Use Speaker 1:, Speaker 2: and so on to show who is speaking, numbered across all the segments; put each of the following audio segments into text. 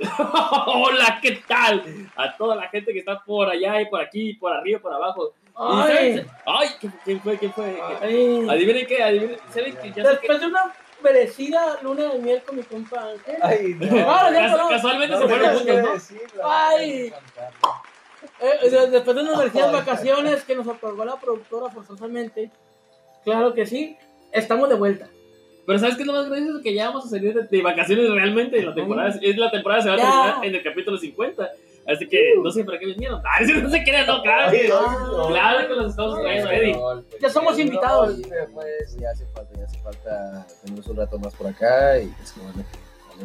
Speaker 1: Hola, ¿qué tal? A toda la gente que está por allá y por aquí, y por arriba y por abajo. ¿Y saben-
Speaker 2: Ay,
Speaker 1: Ay, ¿quién- ¿quién fue? ¿Quién fue?
Speaker 2: ay.
Speaker 1: Adivinen qué, adivinen. ¿Saben que ya sé que-
Speaker 2: Después de una merecida luna de miel con mi compa Ángel.
Speaker 3: Ay,
Speaker 2: No, ya
Speaker 1: Cas-
Speaker 2: no.
Speaker 1: Casualmente
Speaker 3: No
Speaker 1: se fueron
Speaker 3: tenías que
Speaker 1: juntos, ¿no?
Speaker 3: decirlo,
Speaker 2: Ay.
Speaker 3: no tenías que contarlo.
Speaker 2: Eh, de- después de unas merecidas
Speaker 3: Ay.
Speaker 2: vacaciones que nos otorgó la productora forzosamente. Claro que sí. Estamos de vuelta.
Speaker 1: Pero ¿sabes qué es lo más gracioso? Que ya vamos a salir de, de vacaciones realmente. La temporada, es la temporada se va a
Speaker 2: Ya. Uh.
Speaker 1: terminar en el capítulo 50. Así que no sé para qué vinieron. Ah, no se crean, no, claro.
Speaker 3: Ay,
Speaker 1: que-
Speaker 3: no,
Speaker 1: Claro que los estamos trayendo, Eddie.
Speaker 2: Ya somos invitados.
Speaker 4: Pues ya hace falta, ya hace falta. Tenemos un rato más por acá y es que bueno.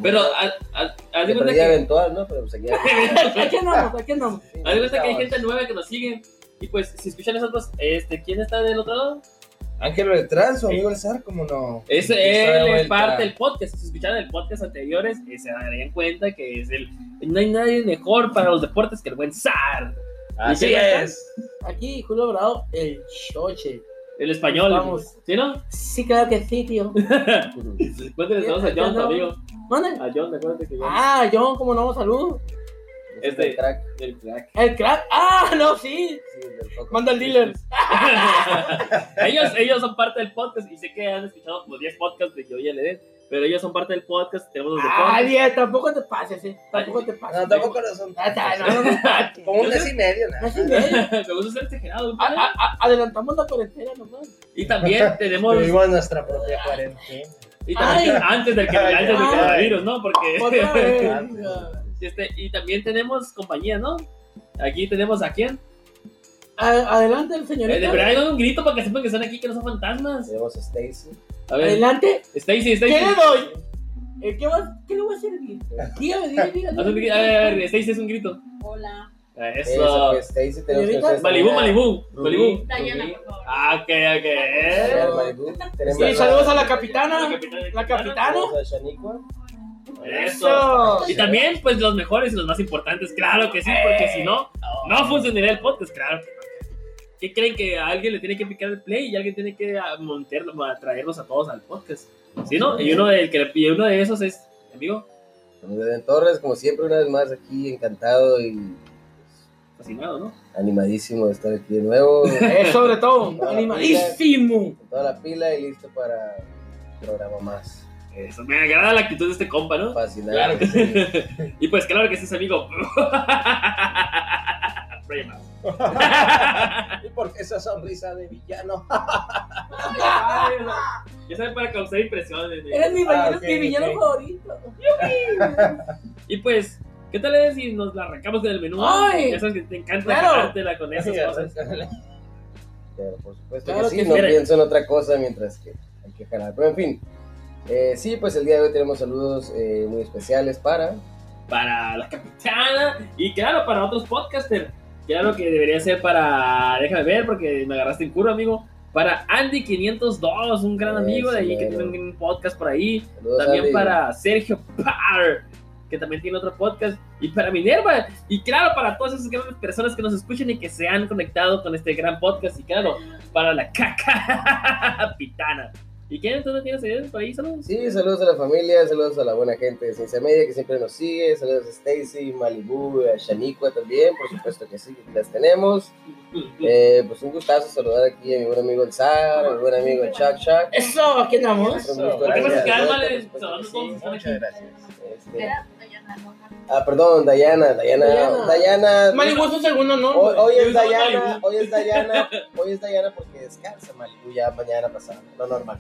Speaker 1: Pero a- a- haz de
Speaker 4: De
Speaker 1: cuenta
Speaker 4: perdida
Speaker 1: que,
Speaker 4: eventual, ¿no? Pero pues aquí.
Speaker 2: Aquí andamos, aquí andamos.
Speaker 1: haz de cuenta que hay gente nueva que nos sigue. Y pues, si escuchan nosotros, este, ¿quién está del otro lado?
Speaker 3: Ángel Beltrán, su amigo el zar, como no.
Speaker 1: Es,
Speaker 3: Está de
Speaker 1: él es
Speaker 3: vuelta.
Speaker 1: parte del podcast. Si escucharon el podcast anteriores, eh, se darían cuenta que es el. No hay nadie mejor para los deportes que el buen Zar.
Speaker 3: Así
Speaker 1: ¿Y
Speaker 4: Ah,
Speaker 1: qué?
Speaker 3: es.
Speaker 2: Aquí, Julio Bravo, el choche.
Speaker 1: El español.
Speaker 2: Vamos.
Speaker 1: ¿Sí, no?
Speaker 2: Sí, claro que sí, tío.
Speaker 1: Cuéntale saludos a
Speaker 2: Ya
Speaker 1: John, tu
Speaker 2: no.
Speaker 1: amigo.
Speaker 2: ¿Mande?
Speaker 1: A John, acuérdate que John.
Speaker 2: Ah, John, como no, saludos.
Speaker 1: Este.
Speaker 4: Este crack.
Speaker 1: El crack.
Speaker 2: El crack. Ah, no, sí.
Speaker 4: Sí, del coco.
Speaker 2: Manda al dealer.
Speaker 1: ellos, ellos son parte del podcast y sé que han escuchado como 10 podcasts de Yo y Edén, pero ellos son parte del podcast. Tenemos los
Speaker 2: Ah,
Speaker 1: deportes.
Speaker 2: bien, tampoco te pases, eh. Tampoco te pases.
Speaker 3: No, tampoco lo son.
Speaker 2: Ah, está, no, no, no.
Speaker 3: Como un mes y medio, nada.
Speaker 2: No es en serio.
Speaker 1: Me gusta ser exagerado.
Speaker 2: A-
Speaker 1: ¿no?
Speaker 2: a- a- Adelantamos la cuarentena nomás.
Speaker 1: Y también tenemos.
Speaker 3: Tuvimos nuestra propia cuarentena.
Speaker 1: Y también
Speaker 2: Ay.
Speaker 1: antes del, que, antes del
Speaker 2: Ay.
Speaker 1: coronavirus, ¿no?
Speaker 2: Otra
Speaker 1: Porque.
Speaker 2: vez.
Speaker 1: Este, y también tenemos compañía, ¿no? Aquí tenemos a quién.
Speaker 2: A- Adelante el
Speaker 1: Eh, de
Speaker 2: señorita.
Speaker 1: verdad, hagan un grito para que sepan que están aquí, que no son fantasmas.
Speaker 4: Tenemos a Stacy.
Speaker 1: A ver,
Speaker 2: Adelante.
Speaker 1: Stacy, Stacy.
Speaker 2: ¿Qué le doy? Eh, ¿Qué, va- ¿Qué le voy a servir? Dígame, dígame, dígame.
Speaker 1: Haz un grito. A ver, a ver, Stacy es un grito.
Speaker 5: Hola.
Speaker 1: Eh,
Speaker 4: Eso.
Speaker 1: Eso.
Speaker 4: Stacy tenemos
Speaker 2: Señorita.
Speaker 4: nuestra
Speaker 1: Malibu,
Speaker 4: estrella.
Speaker 1: Malibu,
Speaker 4: Rubí.
Speaker 1: Malibu.
Speaker 5: Dayana,
Speaker 4: Rubí.
Speaker 5: por favor.
Speaker 1: Ah, ok, ok.
Speaker 4: Estrella Malibu. Tenemos
Speaker 2: Sí, saludos a la capitana.
Speaker 1: capitana.
Speaker 2: La capitana.
Speaker 4: Tenemos a Shaniqua.
Speaker 1: Eso.
Speaker 2: Eso.
Speaker 1: Y también, pues, los mejores y los más importantes, claro que sí,
Speaker 2: Eh,
Speaker 1: porque si no, no funcionaría el podcast, claro que no. ¿Qué creen que a alguien le tiene que picar el play y alguien tiene que ah, montarlo para traerlos a todos al podcast? ¿Sí, no? Y uno de, que, y uno de esos es, amigo,
Speaker 4: Eden Torres, como siempre, una vez más aquí, encantado y
Speaker 1: fascinado, ¿no?
Speaker 4: animadísimo de estar aquí de nuevo.
Speaker 2: Eh, sobre todo,
Speaker 3: Ah,
Speaker 2: animadísimo.
Speaker 4: con toda la pila y listo para un programa más.
Speaker 1: Eso, me agrada la actitud de este compa, ¿no?
Speaker 4: Fascinante.
Speaker 3: Claro que sí.
Speaker 1: Y pues claro que sí es amigo. Brian Mouse.
Speaker 3: ¿Y por qué esa sonrisa de villano?
Speaker 1: Ya saben, para causar impresiones. ¿no?
Speaker 2: Eres mi villano,
Speaker 3: ok,
Speaker 2: mi villano
Speaker 3: ok.
Speaker 2: favorito.
Speaker 1: Y pues, ¿qué tal es si nos la arrancamos del menú?
Speaker 2: ¡Ay!
Speaker 1: Ya sabes que te encanta
Speaker 2: ¡Claro!
Speaker 1: ganártela con esas cosas.
Speaker 4: Pero por supuesto
Speaker 2: Claro
Speaker 4: que
Speaker 2: que
Speaker 4: sí, no
Speaker 1: sí.
Speaker 4: pienso en otra cosa mientras que hay que jalar. Pero en fin, eh, sí, pues el día de hoy tenemos saludos eh, muy especiales para.
Speaker 1: Para la capitana y claro, para otros podcasters. Claro que debería ser para. Déjame ver porque me agarraste en curva, amigo. Para Andy502, un gran
Speaker 4: Eso,
Speaker 1: amigo de ahí que
Speaker 4: mero.
Speaker 1: tiene un podcast por ahí.
Speaker 4: Saludos
Speaker 1: También
Speaker 4: Andy.
Speaker 1: para Sergio Parr, que también tiene otro podcast. Y para Minerva. Y claro, para todas esas grandes personas que nos escuchan y que se han conectado con este gran podcast. Y claro, para la caca pitana. ¿Y quién entonces tienes ideas por ahí? Saludos.
Speaker 4: Sí, saludos a la familia, saludos a la buena gente de Ciencia Media que siempre nos sigue, saludos a Stacy, Malibu, a Shaniqua también, por supuesto que sí, que las tenemos. Eh, pues un gustazo saludar aquí a mi buen amigo el Zar, a mi buen amigo el Chuck Chuck.
Speaker 2: Eso, aquí andamos.
Speaker 4: Es un gusto
Speaker 3: Lo que pasa es que
Speaker 4: tenerlos,
Speaker 1: Álvaro
Speaker 4: por
Speaker 3: "Pues,
Speaker 4: supuesto que
Speaker 1: es- son-
Speaker 4: sí.
Speaker 3: Muchas gracias.
Speaker 4: Este,
Speaker 5: Era Dayana, no, no.
Speaker 4: Ah, perdón, Dayana, Dayana,
Speaker 2: Dayana.
Speaker 4: Dayana.
Speaker 2: Malibu es un segundo
Speaker 3: Oh,
Speaker 4: Hoy,
Speaker 2: nombre.
Speaker 4: hoy
Speaker 1: Yo
Speaker 4: es
Speaker 1: soy
Speaker 4: Dayana,
Speaker 1: Malibu.
Speaker 4: hoy es Dayana, hoy es Dayana porque descansa Malibu ya mañana pasado, lo normal.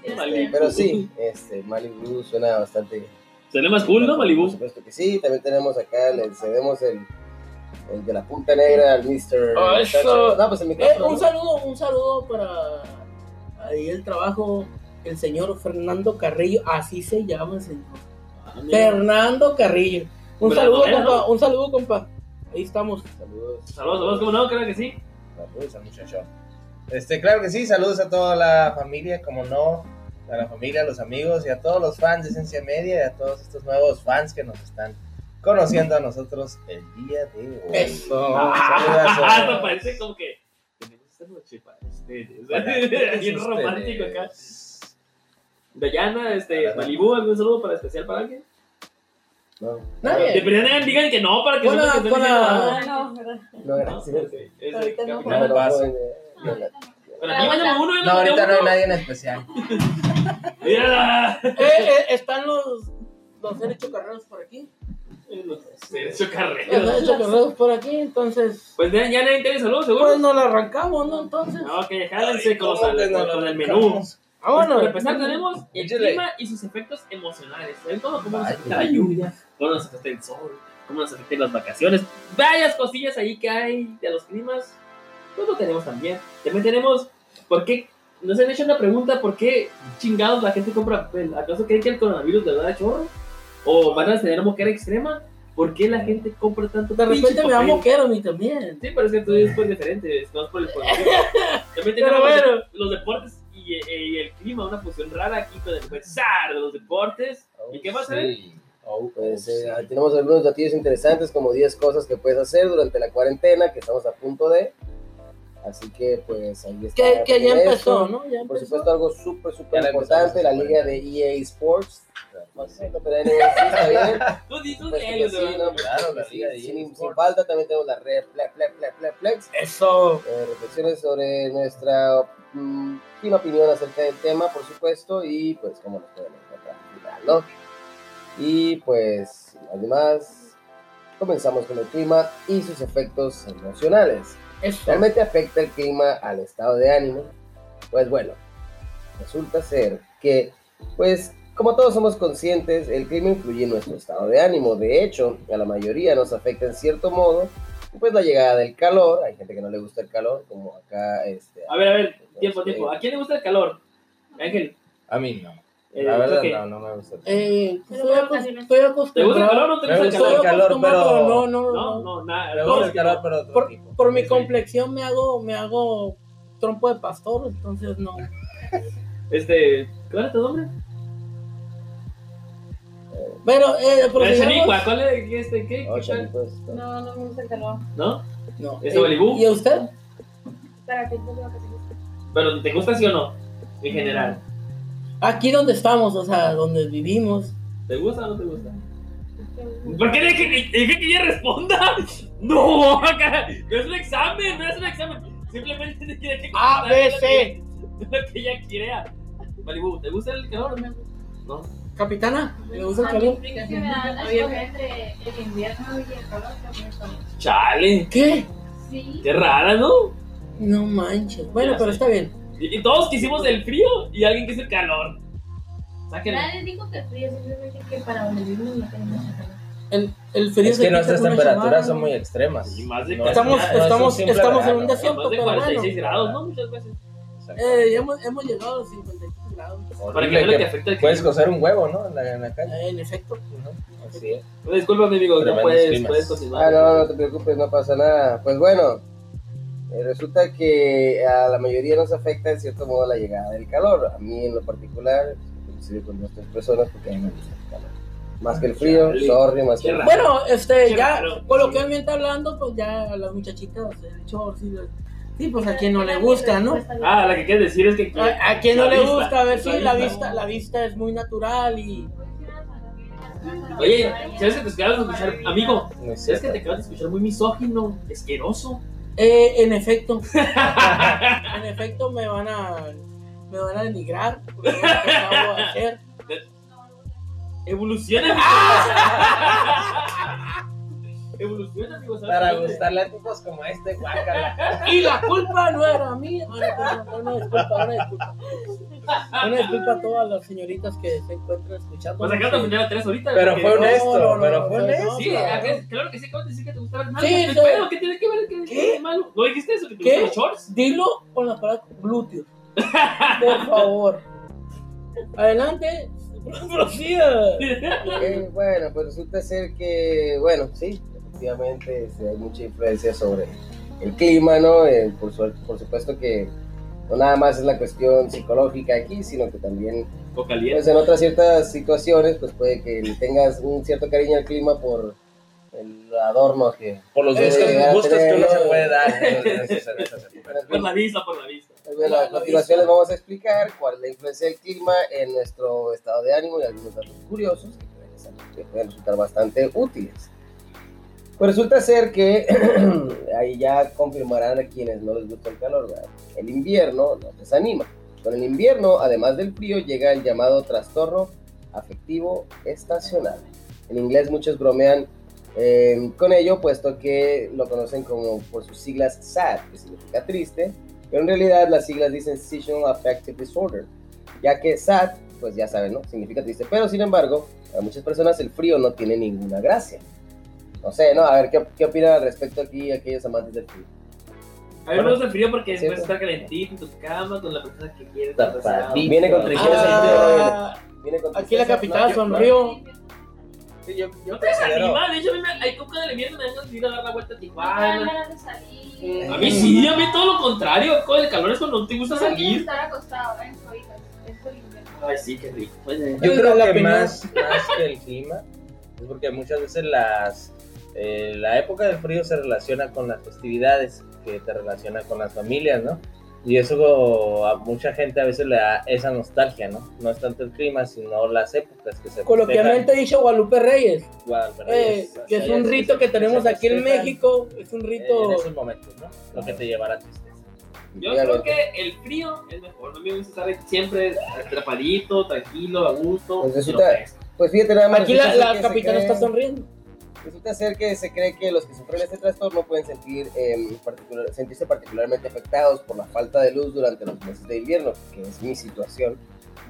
Speaker 4: Este,
Speaker 1: Malibu.
Speaker 4: pero sí, este, Malibu suena bastante.
Speaker 1: Suena más cool, ¿no,
Speaker 4: Por
Speaker 1: Malibu?
Speaker 4: supuesto que sí, también tenemos acá, le cedemos el, el de la punta negra al Mr.
Speaker 2: Ah, eso.
Speaker 4: Chacho. No, pues
Speaker 2: Eh,
Speaker 4: el micrófono.
Speaker 2: un saludo, un saludo para ahí el trabajo, el señor Fernando Carrillo, así se llama el señor. Fernando Carrillo. Un
Speaker 1: Pero
Speaker 2: saludo,
Speaker 1: no,
Speaker 2: compa,
Speaker 1: Pues no.
Speaker 2: un saludo, compa. Ahí estamos.
Speaker 4: Saludos.
Speaker 1: Saludos, saludos, ¿cómo no? Creo que sí.
Speaker 3: Saludos al muchacho. Este, claro que sí, saludos a toda la familia, como no, a la familia, a los amigos y a todos los fans de Esencia Media y a todos estos nuevos fans que nos están conociendo a nosotros el día de hoy.
Speaker 2: Eso.
Speaker 3: Saludazo.
Speaker 1: Hasta Ah, parece como que. "Tenemos esta noche para ustedes".
Speaker 3: este
Speaker 1: Bien este, romántico acá. Dayana, este,
Speaker 3: Para-
Speaker 1: Malibu, algún saludo para especial para alguien.
Speaker 4: No,
Speaker 2: Nadie.
Speaker 1: Deberían de- digan que no para que
Speaker 2: Con la-
Speaker 1: sepan que
Speaker 2: con
Speaker 1: están diciendo
Speaker 2: la-
Speaker 1: nada.
Speaker 5: Este, No, ¿verdad?
Speaker 4: no, gracias.
Speaker 1: Sí, ese
Speaker 5: Ahorita no.
Speaker 1: capitán.
Speaker 4: No, no,
Speaker 3: paso.
Speaker 4: no, no.
Speaker 1: Pero aquí mándame uno, yo
Speaker 3: No, ahorita no
Speaker 1: tengo
Speaker 3: hay
Speaker 1: uno.
Speaker 3: nadie en especial.
Speaker 1: Mira.
Speaker 2: Eh, eh, están los, los seres chocarreros por aquí.
Speaker 1: Derecho
Speaker 2: Los
Speaker 1: carrera.
Speaker 2: seres chocarreros por aquí, entonces.
Speaker 1: Pues ya, ya nadie tiene salud, seguro.
Speaker 2: Pues nos la arrancamos, ¿no? Entonces. ah,
Speaker 1: No, que jálense con, los-
Speaker 3: ¿Cómo que no
Speaker 1: con,
Speaker 3: lo
Speaker 1: el menú.
Speaker 3: arrancamos?
Speaker 1: Pues, Para
Speaker 2: Vámonos.
Speaker 1: empezar tenemos el
Speaker 3: Échale.
Speaker 1: clima y sus efectos emocionales. ¿Saben cómo, cómo nos
Speaker 3: Vaya.
Speaker 1: afecta la lluvia? ¿Cómo nos afecta el sol? ¿Cómo nos afectan las vacaciones? Varias cosillas ahí que hay de los climas. Pues lo tenemos también. También tenemos por qué... Nos han hecho una pregunta, ¿por qué chingados la gente compra papel? ¿Acaso creen que el coronavirus de verdad es chorro? ¿O van a tener moquera extrema? ¿Por qué la gente compra tanto
Speaker 2: De repente
Speaker 1: pinche
Speaker 2: me da
Speaker 1: papel?
Speaker 2: moquero a mí también.
Speaker 1: Sí, pero es que tú eres pues, diferente, es más por el coronavirus. También tenemos
Speaker 2: bueno.
Speaker 1: los- los deportes y, eh, y el clima, una fusión rara aquí con el pensar de los deportes. ¿Y qué
Speaker 3: Oh,
Speaker 1: más, eh?
Speaker 4: Sí. Pues, eh, ahí tenemos algunos datos interesantes como 10 cosas que puedes hacer durante la cuarentena que estamos a punto de. Así que pues ahí está.
Speaker 2: Que, que ya
Speaker 4: Por eso.
Speaker 2: empezó, ¿no? Ya
Speaker 4: Por
Speaker 2: empezó.
Speaker 4: supuesto algo súper,
Speaker 3: Ya
Speaker 4: súper
Speaker 3: la
Speaker 4: importante, la
Speaker 3: empezamos.
Speaker 4: liga de EA Sports. No sé, no, pero ahí sí, está bien.
Speaker 1: Tú dices
Speaker 4: Pues,
Speaker 1: de ellos,
Speaker 4: sí,
Speaker 1: ¿verdad?
Speaker 4: no,
Speaker 3: Claro, la
Speaker 4: Sí,
Speaker 3: liga de EA
Speaker 4: sin, sin
Speaker 3: Sports.
Speaker 4: falta también tenemos la red Flex, Flex, Flex, Flex, Flex.
Speaker 2: Eso.
Speaker 4: Eh, reflexiones sobre nuestra mm, fina opinión acerca del tema, por supuesto, y pues cómo nos pueden encontrar al final, ¿no? Y pues, además, comenzamos con el clima y sus efectos emocionales.
Speaker 2: Eso.
Speaker 4: ¿Realmente afecta el clima al estado de ánimo? Pues bueno, resulta ser que, pues como todos somos conscientes, el clima influye en nuestro estado de ánimo. De hecho, a la mayoría nos afecta en cierto modo, pues la llegada del calor. Hay gente que no le gusta el calor, como acá, este...
Speaker 1: A ver, a ver, tiempo, tiempo. ¿A quién le gusta el calor? Ángel,
Speaker 3: A mí no.
Speaker 1: eh,
Speaker 3: La verdad,
Speaker 1: ¿tú qué?
Speaker 3: no, no me gusta.
Speaker 2: Eh,
Speaker 5: Pero
Speaker 2: estoy,
Speaker 5: para
Speaker 2: acos-
Speaker 5: ocasiones.
Speaker 2: estoy
Speaker 1: ¿Te gusta el
Speaker 2: acostumbrado.
Speaker 1: calor o no te
Speaker 3: Me
Speaker 1: gusta el
Speaker 3: gusta el
Speaker 1: calor?
Speaker 3: calor, pero-
Speaker 2: no, no,
Speaker 1: No,
Speaker 2: no.
Speaker 1: no, nada.
Speaker 3: Me
Speaker 1: todos
Speaker 3: gusta el calor, pero otro
Speaker 2: Por,
Speaker 3: tipo.
Speaker 2: por mi
Speaker 3: Sí.
Speaker 2: complexión me hago, me hago trompo de pastor, entonces no.
Speaker 1: Este, ¿cuál es tu nombre?
Speaker 2: Pero, eh,
Speaker 1: Eh,
Speaker 2: prosigamos.
Speaker 1: Chanicua, ¿cuál es este? ¿Qué?
Speaker 4: Oh,
Speaker 1: qué tal?
Speaker 4: chalitos.
Speaker 5: No, no me gusta el calor.
Speaker 1: ¿No?
Speaker 2: No.
Speaker 1: ¿Eso, Belibú?
Speaker 2: eh, ¿Y a usted?
Speaker 5: Para ti, ¿qué es lo que te gusta?
Speaker 1: ¿Pero te gusta sí o no?
Speaker 3: Mm.
Speaker 1: En general.
Speaker 2: Aquí donde estamos, o sea, donde vivimos.
Speaker 1: ¿Te gusta o no te gusta?
Speaker 5: ¿Qué me gusta?
Speaker 1: ¿Por qué dejé, que- dejé que ella responda? No, acá, no es un examen, no es un examen. Simplemente te quiere que
Speaker 2: A, B, C.
Speaker 1: lo que- Lo que ella quiera. Malibu, ¿te gusta el calor? No.
Speaker 2: Capitana, ¿le gusta el
Speaker 5: A
Speaker 2: calor?
Speaker 5: mí Es que me dan a escoger entre el invierno y el calor. que me gusta mucho.
Speaker 1: Chale,
Speaker 2: ¿Qué?
Speaker 5: Sí.
Speaker 1: qué rara, ¿no?
Speaker 2: No manches. Bueno,
Speaker 1: Ya
Speaker 2: pero
Speaker 1: sé.
Speaker 2: está bien.
Speaker 1: Y, y todos quisimos el frío y alguien quiso el calor. Sáquenlo.
Speaker 5: Nadie dijo que el frío, simplemente que para donde vivimos no tenemos mucho calor.
Speaker 2: El, el frío
Speaker 3: Es
Speaker 2: se
Speaker 3: que
Speaker 2: quita
Speaker 3: nuestras
Speaker 2: con una
Speaker 3: temperaturas
Speaker 2: chamarra,
Speaker 3: son
Speaker 2: ¿no?
Speaker 3: muy extremas.
Speaker 1: Y más de
Speaker 3: No es-
Speaker 1: Estamos-
Speaker 3: no es un
Speaker 2: estamos-
Speaker 3: simple
Speaker 2: estamos en
Speaker 3: verano.
Speaker 2: un desierto.
Speaker 1: Más de
Speaker 2: pero
Speaker 1: 46
Speaker 2: bueno.
Speaker 1: grados, ¿no? Muchas veces.
Speaker 3: Exacto.
Speaker 2: Eh, ya hemos, hemos llegado a los 53 grados.
Speaker 1: Para que
Speaker 3: Horrible
Speaker 1: no te
Speaker 3: que
Speaker 1: afecte el
Speaker 3: Puedes
Speaker 1: clima.
Speaker 3: coser un huevo, ¿no? En la, en la calle.
Speaker 2: Eh, en efecto.
Speaker 3: Ujú. Así es.
Speaker 1: Disculpa, Discúlpame, amigo, no
Speaker 3: Tremendos
Speaker 1: puedes,
Speaker 3: climas.
Speaker 1: puedes
Speaker 4: Ah,
Speaker 1: continuar.
Speaker 4: no, no te preocupes, no pasa nada. Pues bueno, eh, resulta que a la mayoría nos afecta en cierto modo la llegada del calor. A mí en lo particular, coincido con nuestras personas porque a mí me gusta el calor. Más que el frío,
Speaker 1: Chale.
Speaker 4: sorry, más que
Speaker 1: Qué
Speaker 4: el
Speaker 1: raro.
Speaker 2: Bueno, este,
Speaker 1: Qué
Speaker 2: ya
Speaker 1: raro.
Speaker 2: coloquialmente hablando, pues ya a las muchachitas, de hecho, sí, las- sí, pues a quien no le gusta, ¿no?
Speaker 1: Ah, la que quieres decir es que.
Speaker 2: A, a quien no
Speaker 1: La
Speaker 2: le
Speaker 1: vista,
Speaker 2: gusta, a ver
Speaker 1: la
Speaker 2: si la
Speaker 1: vista.
Speaker 2: vista, la vista es muy natural y
Speaker 1: Oye, ¿sabes que te acabas de escuchar? Amigo,
Speaker 3: No es
Speaker 1: Es que
Speaker 3: cierto.
Speaker 1: te acabas de escuchar muy misógino, asqueroso.
Speaker 2: eh, en efecto, en efecto me van a me van a denigrar porque no sé qué acabo de hacer.
Speaker 1: Evoluciona, amigo. Evoluciona, amigo. ¿sabes?
Speaker 3: Para gustarle a tipos como este, guácala.
Speaker 2: Y la culpa no era mía. Ah, no, perdón, Una disculpa, una disculpa. Una disculpa a todas las señoritas que se encuentran escuchando.
Speaker 1: Pues acá terminar a tres ahorita.
Speaker 3: Pero
Speaker 1: porque-
Speaker 3: fue
Speaker 2: No,
Speaker 3: honesto,
Speaker 2: no, no,
Speaker 3: pero
Speaker 2: no,
Speaker 3: fue
Speaker 2: no,
Speaker 3: honesto.
Speaker 1: Sí,
Speaker 2: claro.
Speaker 1: acá- claro que sí, acabas de decir que te gustaba el malo.
Speaker 2: Sí,
Speaker 1: ¿Qué
Speaker 2: sí.
Speaker 1: pedo? ¿Qué tiene que ver? ¿Qué
Speaker 2: ¿Qué?
Speaker 1: tiene de malo? ¿No dijiste eso? ¿Que te
Speaker 2: ¿Qué?
Speaker 1: gustan los shorts?
Speaker 2: Dilo con la palabra glúteo. Por favor. Adelante. Prosiga.
Speaker 4: Eh, bueno, pues resulta ser que, bueno, sí, efectivamente este, hay mucha influencia sobre el clima, ¿no? Eh, por, suel- por supuesto que no nada más es la cuestión psicológica aquí, sino que también
Speaker 1: O caliente.
Speaker 4: pues, en otras ciertas situaciones, pues puede que le tengas un cierto cariño al clima por el adorno que...
Speaker 3: Por los
Speaker 4: Eh,
Speaker 3: gustos,
Speaker 4: a
Speaker 3: gustos que uno se
Speaker 4: tener-
Speaker 3: puede dar en esas- en esas épocas.
Speaker 4: Pues,
Speaker 1: Por la vista, por la vista.
Speaker 4: Bueno, a continuación les vamos a explicar cuál es la influencia del clima en nuestro estado de ánimo y algunos datos curiosos que pueden salir de que pueden resultar bastante útiles. Pues resulta ser que ahí ya confirmarán a quienes no les gusta el calor, ¿verdad? el invierno nos desanima. Con el invierno, además del frío, llega el llamado trastorno afectivo estacional. En inglés muchos bromean eh, con ello, puesto que lo conocen como por sus siglas SAD, que significa triste, pero en realidad las siglas dicen Seasonal Affective Disorder, ya que SAD, pues ya saben, ¿no? Significa triste, pero sin embargo, a muchas personas el frío no tiene ninguna gracia. No sé, ¿no? A ver, ¿qué, qué opinan al respecto aquí aquellos amantes del frío?
Speaker 1: A mí me gusta el frío porque después estar calentito en tu cama con la persona que quieres. abrazado.
Speaker 4: Tapadito. Viene con
Speaker 1: Ah,
Speaker 4: tristeza
Speaker 2: Ah,
Speaker 4: Viene con
Speaker 2: aquí la
Speaker 4: tristeza,
Speaker 2: capital
Speaker 4: ¿no?
Speaker 2: sonrió.
Speaker 3: Sí, yo,
Speaker 1: No
Speaker 3: yo
Speaker 1: te
Speaker 3: considero.
Speaker 1: desanima, de hecho, a mí me, hay coca de la mierda, me dan ganas de ir a dar la vuelta a
Speaker 5: Ay,
Speaker 1: Tijuana.
Speaker 5: ganas de salir.
Speaker 1: A mí sí, a mí todo lo contrario, con el calor es cuando no te gusta
Speaker 5: No quiero
Speaker 1: salir.
Speaker 5: estar acostado en cobijas. Es por invierno.
Speaker 1: Ay, sí, qué rico.
Speaker 3: Yo
Speaker 2: Yo
Speaker 3: creo
Speaker 2: la
Speaker 3: que
Speaker 2: pena-
Speaker 3: más, más que el clima, es porque muchas veces las eh, la época del frío se relaciona con las festividades, que te relaciona con las familias, ¿no? Y eso a mucha gente a veces le da esa nostalgia, ¿no? No es tanto el clima, sino las épocas que se
Speaker 2: Coloquialmente dicho Guadalupe Reyes,
Speaker 3: festejan. Guadalupe
Speaker 2: eh,
Speaker 3: Reyes,
Speaker 2: que es un
Speaker 3: se-
Speaker 2: rito que
Speaker 3: se
Speaker 2: tenemos aquí en
Speaker 3: festejan,
Speaker 2: México, es un
Speaker 3: eh,
Speaker 2: rito
Speaker 3: En esos momentos, ¿no? Lo que te llevará a tristeza.
Speaker 1: Yo creo que el frío es mejor. A mí me gusta estar siempre atrapadito, tranquilo, a gusto.
Speaker 4: Pues
Speaker 1: pero
Speaker 4: resulta-
Speaker 1: fresco.
Speaker 4: Pues fíjate nada más.
Speaker 2: Aquí la,
Speaker 4: resulta ser
Speaker 2: la
Speaker 4: que se
Speaker 2: capitana
Speaker 4: cree-
Speaker 2: está sonriendo.
Speaker 4: Resulta ser que se cree que los que sufren este trastorno pueden sentir, em, particular- sentirse particularmente afectados por la falta de luz durante los meses de invierno, que es mi situación.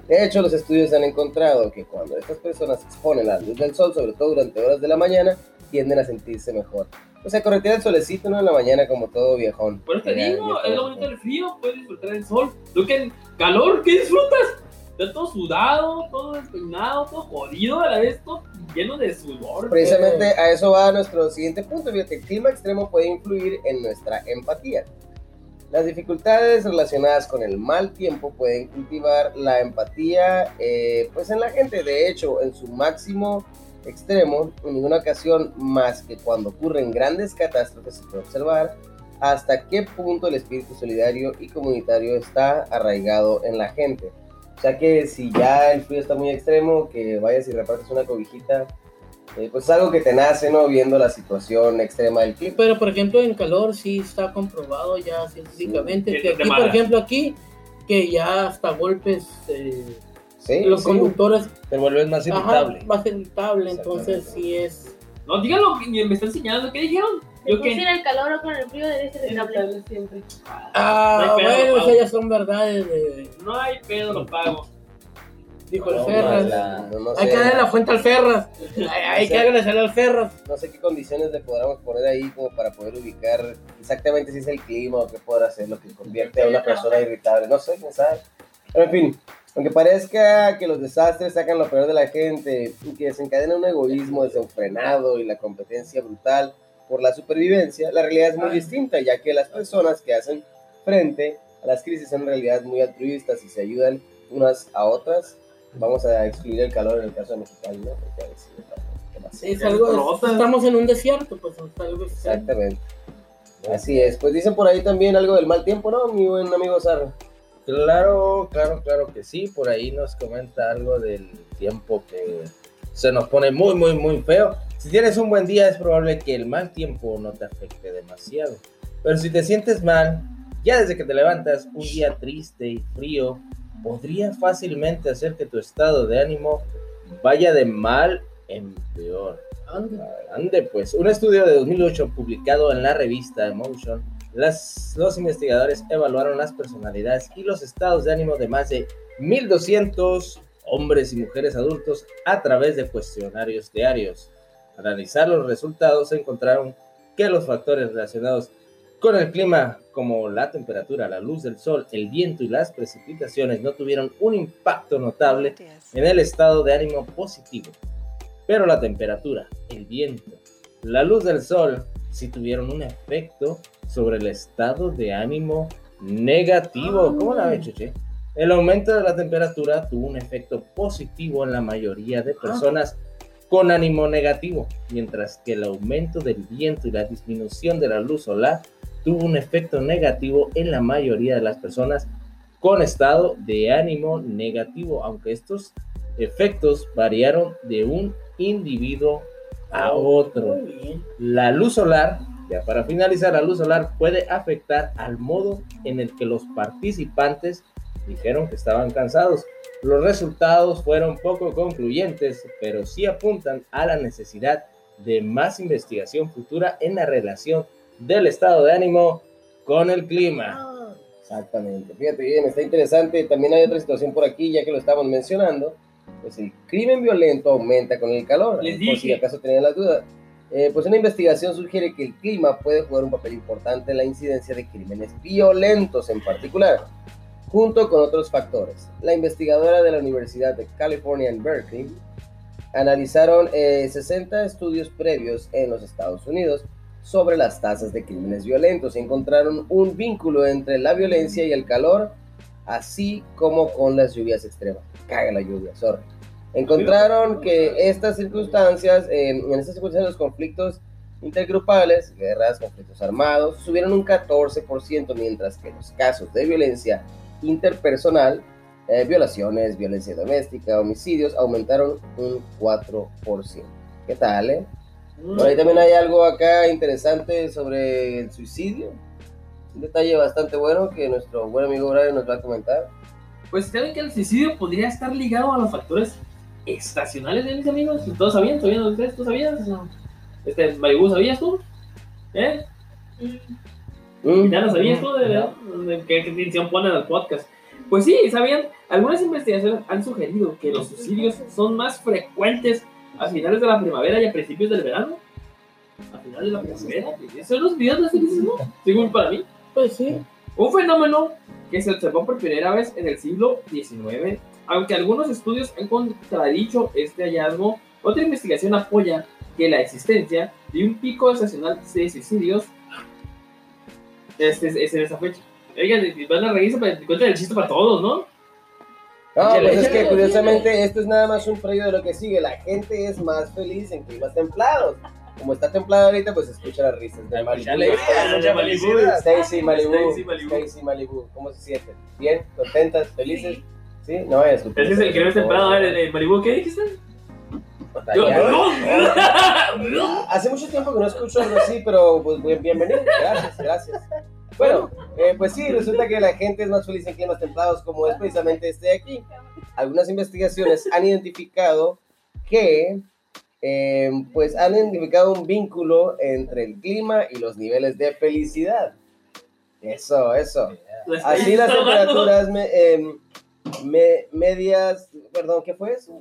Speaker 4: De hecho, los estudios han encontrado que cuando estas personas se exponen a la luz del sol, sobre todo durante horas de la mañana, tienden a sentirse mejor. O sea, corretear el solecito ¿no? en la mañana como todo viejón.
Speaker 1: Por eso te
Speaker 4: Ya, ya
Speaker 1: digo,
Speaker 4: está
Speaker 1: es lo
Speaker 4: bien.
Speaker 1: bonito del frío, puedes disfrutar del sol. Tú que en calor, ¿qué disfrutas? Estás todo sudado, todo despeinado, todo jodido, a la vez todo lleno de sudor.
Speaker 4: Precisamente a eso va nuestro siguiente punto. Fíjate, el clima extremo puede influir en nuestra empatía. Las dificultades relacionadas con el mal tiempo pueden cultivar la empatía eh, pues en la gente. De hecho, en su máximo extremo, en ninguna ocasión más que cuando ocurren grandes catástrofes se puede observar hasta qué punto el espíritu solidario y comunitario está arraigado en la gente. O sea que si ya el frío está muy extremo, que vayas y repartes una cobijita eh, pues es algo que te nace, ¿no? Viendo la situación extrema del clima.
Speaker 2: Pero por ejemplo en calor sí está comprobado ya científicamente.
Speaker 1: Sí, sí,
Speaker 2: que
Speaker 1: te
Speaker 2: aquí, por
Speaker 1: mala.
Speaker 2: ejemplo, aquí, que ya hasta golpes eh,
Speaker 4: Sí,
Speaker 2: los
Speaker 4: sí.
Speaker 2: conductores
Speaker 3: Te vuelves más
Speaker 2: ajá,
Speaker 3: irritable.
Speaker 2: más irritable, entonces
Speaker 3: Exactamente.
Speaker 2: sí es.
Speaker 1: No, díganlo, que me están enseñando, ¿qué dijeron?
Speaker 5: Si
Speaker 1: Yo
Speaker 5: puse en
Speaker 1: que.
Speaker 5: el calor o con el frío debe ser irritable.
Speaker 1: siempre.
Speaker 2: Ah,
Speaker 1: No hay pedo,
Speaker 2: bueno,
Speaker 1: Pablo.
Speaker 2: esas ya son verdades de-
Speaker 1: No hay pedo, lo pago.
Speaker 2: dijo el
Speaker 4: No,
Speaker 2: Ferras.
Speaker 4: más la- no, no
Speaker 2: Hay
Speaker 4: sé,
Speaker 2: que darle la fuente al Ferras. Hay, hay
Speaker 4: Sí.
Speaker 2: que agradecerle al Ferras.
Speaker 4: no sé qué condiciones le podríamos poner ahí como para poder ubicar exactamente si es el clima o qué podrá ser lo que convierte a una persona irritable. No sé, quién sabe. Pero en fin, aunque parezca que los desastres sacan lo peor de la gente y que desencadena un egoísmo desenfrenado y la competencia brutal por la supervivencia, la realidad es muy distinta, ya que las personas que hacen frente a las crisis son en realidad muy altruistas y se ayudan unas a otras. Vamos a excluir el calor en el caso de Mexicali, ¿no? Porque a veces ¿qué más?
Speaker 2: Es
Speaker 1: Ya
Speaker 2: algo,
Speaker 1: rotas.
Speaker 2: estamos en un desierto, pues es algo que-
Speaker 4: Exactamente. Así es. Pues dicen por ahí también algo del mal tiempo, ¿no? Mi buen amigo Sar.
Speaker 3: Claro, claro, claro que sí. Por ahí nos comenta algo del tiempo que se nos pone muy, muy, muy feo. Si tienes un buen día, es probable que el mal tiempo no te afecte demasiado. Pero si te sientes mal, ya desde que te levantas, un día triste y frío, podría fácilmente hacer que tu estado de ánimo vaya de mal en peor. Ande, pues. Un estudio de 2008 publicado en la revista Emotion, las, los investigadores evaluaron las personalidades y los estados de ánimo de más de 1.200 hombres y mujeres adultos a través de cuestionarios diarios. Al analizar los resultados, encontraron que los factores relacionados con el clima, como la temperatura, la luz del sol, el viento y las precipitaciones, no tuvieron un impacto notable en el estado de ánimo positivo. Pero la temperatura, el viento, la luz del sol sí tuvieron un efecto sobre el estado de ánimo negativo. ¿Cómo la ves, Cheche? El aumento de la temperatura tuvo un efecto positivo en la mayoría de personas con ánimo negativo, mientras que el aumento del viento y la disminución de la luz solar tuvo un efecto negativo en la mayoría de las personas con estado de ánimo negativo, aunque estos
Speaker 6: efectos variaron de un individuo a otro.
Speaker 2: Muy bien.
Speaker 6: La luz solar, ya para finalizar, la luz solar puede afectar al modo en el que los participantes dijeron que estaban cansados. Los resultados fueron poco concluyentes, pero sí apuntan a la necesidad de más investigación futura en la relación del estado de ánimo con el clima.
Speaker 4: Exactamente. Fíjate bien, está interesante. También hay otra situación por aquí, ya que lo estamos mencionando. Pues el crimen violento aumenta con el calor.
Speaker 1: Les
Speaker 4: Por si
Speaker 1: dije.
Speaker 4: acaso tenían las dudas. Eh, pues una investigación sugiere que el clima puede jugar un papel importante en la incidencia de crímenes violentos en particular, junto con otros factores. La investigadora de la Universidad de California en Berkeley analizaron eh, 60 estudios previos en los Estados Unidos sobre las tasas de crímenes violentos y encontraron un vínculo entre la violencia y el calor, así como con las lluvias extremas. Caga la lluvia, sorry. Encontraron que estas circunstancias, eh, en estas circunstancias los conflictos intergrupales, guerras, conflictos armados, subieron un 14%, mientras que los casos de violencia interpersonal, eh, violaciones, violencia doméstica, homicidios, aumentaron un 4%. ¿Qué tal, eh? Por ahí también hay algo acá interesante sobre el suicidio. Un detalle bastante bueno que nuestro buen amigo Brian nos va a comentar.
Speaker 1: Pues saben que el suicidio podría estar ligado a los factores estacionales de mis amigos. ¿Todos sabían? ¿Sabían ustedes? ¿Tú sabías? Este, Maribú, ¿sabías tú? ¿Eh?
Speaker 4: Mm.
Speaker 1: ¿Ya lo sabías tú de verdad? ¿De ¿Qué qué atención ponen al podcast? Pues sí, sabían, algunas investigaciones han sugerido que los suicidios son más frecuentes a finales de la primavera y a principios del verano. A finales de la primavera. Son los videos de suicidio, según para mí.
Speaker 2: Pues sí.
Speaker 1: Un fenómeno que se observó por primera vez en el siglo XIX. Aunque algunos estudios han contradicho este hallazgo, otra investigación apoya que la existencia de un pico estacional de suicidios es, es- es en esa fecha. Oigan, y- y van a reírse para encontrar el chiste para todos, ¿no?
Speaker 4: No,
Speaker 6: Échale,
Speaker 4: pues es
Speaker 2: échale,
Speaker 4: que curiosamente esto es nada más un previo de lo que sigue. La gente es más feliz en climas templados. Como está templado ahorita, pues escucha las risas de Malibu.
Speaker 3: Escucha alegría,
Speaker 1: escucha felicidad.
Speaker 4: Stacy Malibu.
Speaker 1: Stacy, Malibu.
Speaker 4: Stacy Malibu. ¿Cómo se sienten? ¿Bien? ¿Contentas? ¿Felices? ¿Sí? No es
Speaker 1: Es que es el que no es
Speaker 4: Oh,
Speaker 1: temprano. A ver, el- el Maribú, ¿qué dijiste? Yo-
Speaker 4: Hace mucho tiempo que no escucho algo así, pero pues bien- bienvenido. Gracias, gracias. Bueno, eh, pues sí, resulta que la gente es más feliz en climas templados, como es precisamente este de aquí. Algunas investigaciones han identificado que, eh, pues, han identificado un vínculo entre el clima y los niveles de felicidad. Eso, eso.
Speaker 1: Las-
Speaker 4: Así las
Speaker 1: Está
Speaker 4: temperaturas me- em, me- medias, perdón, ¿qué fue? eso?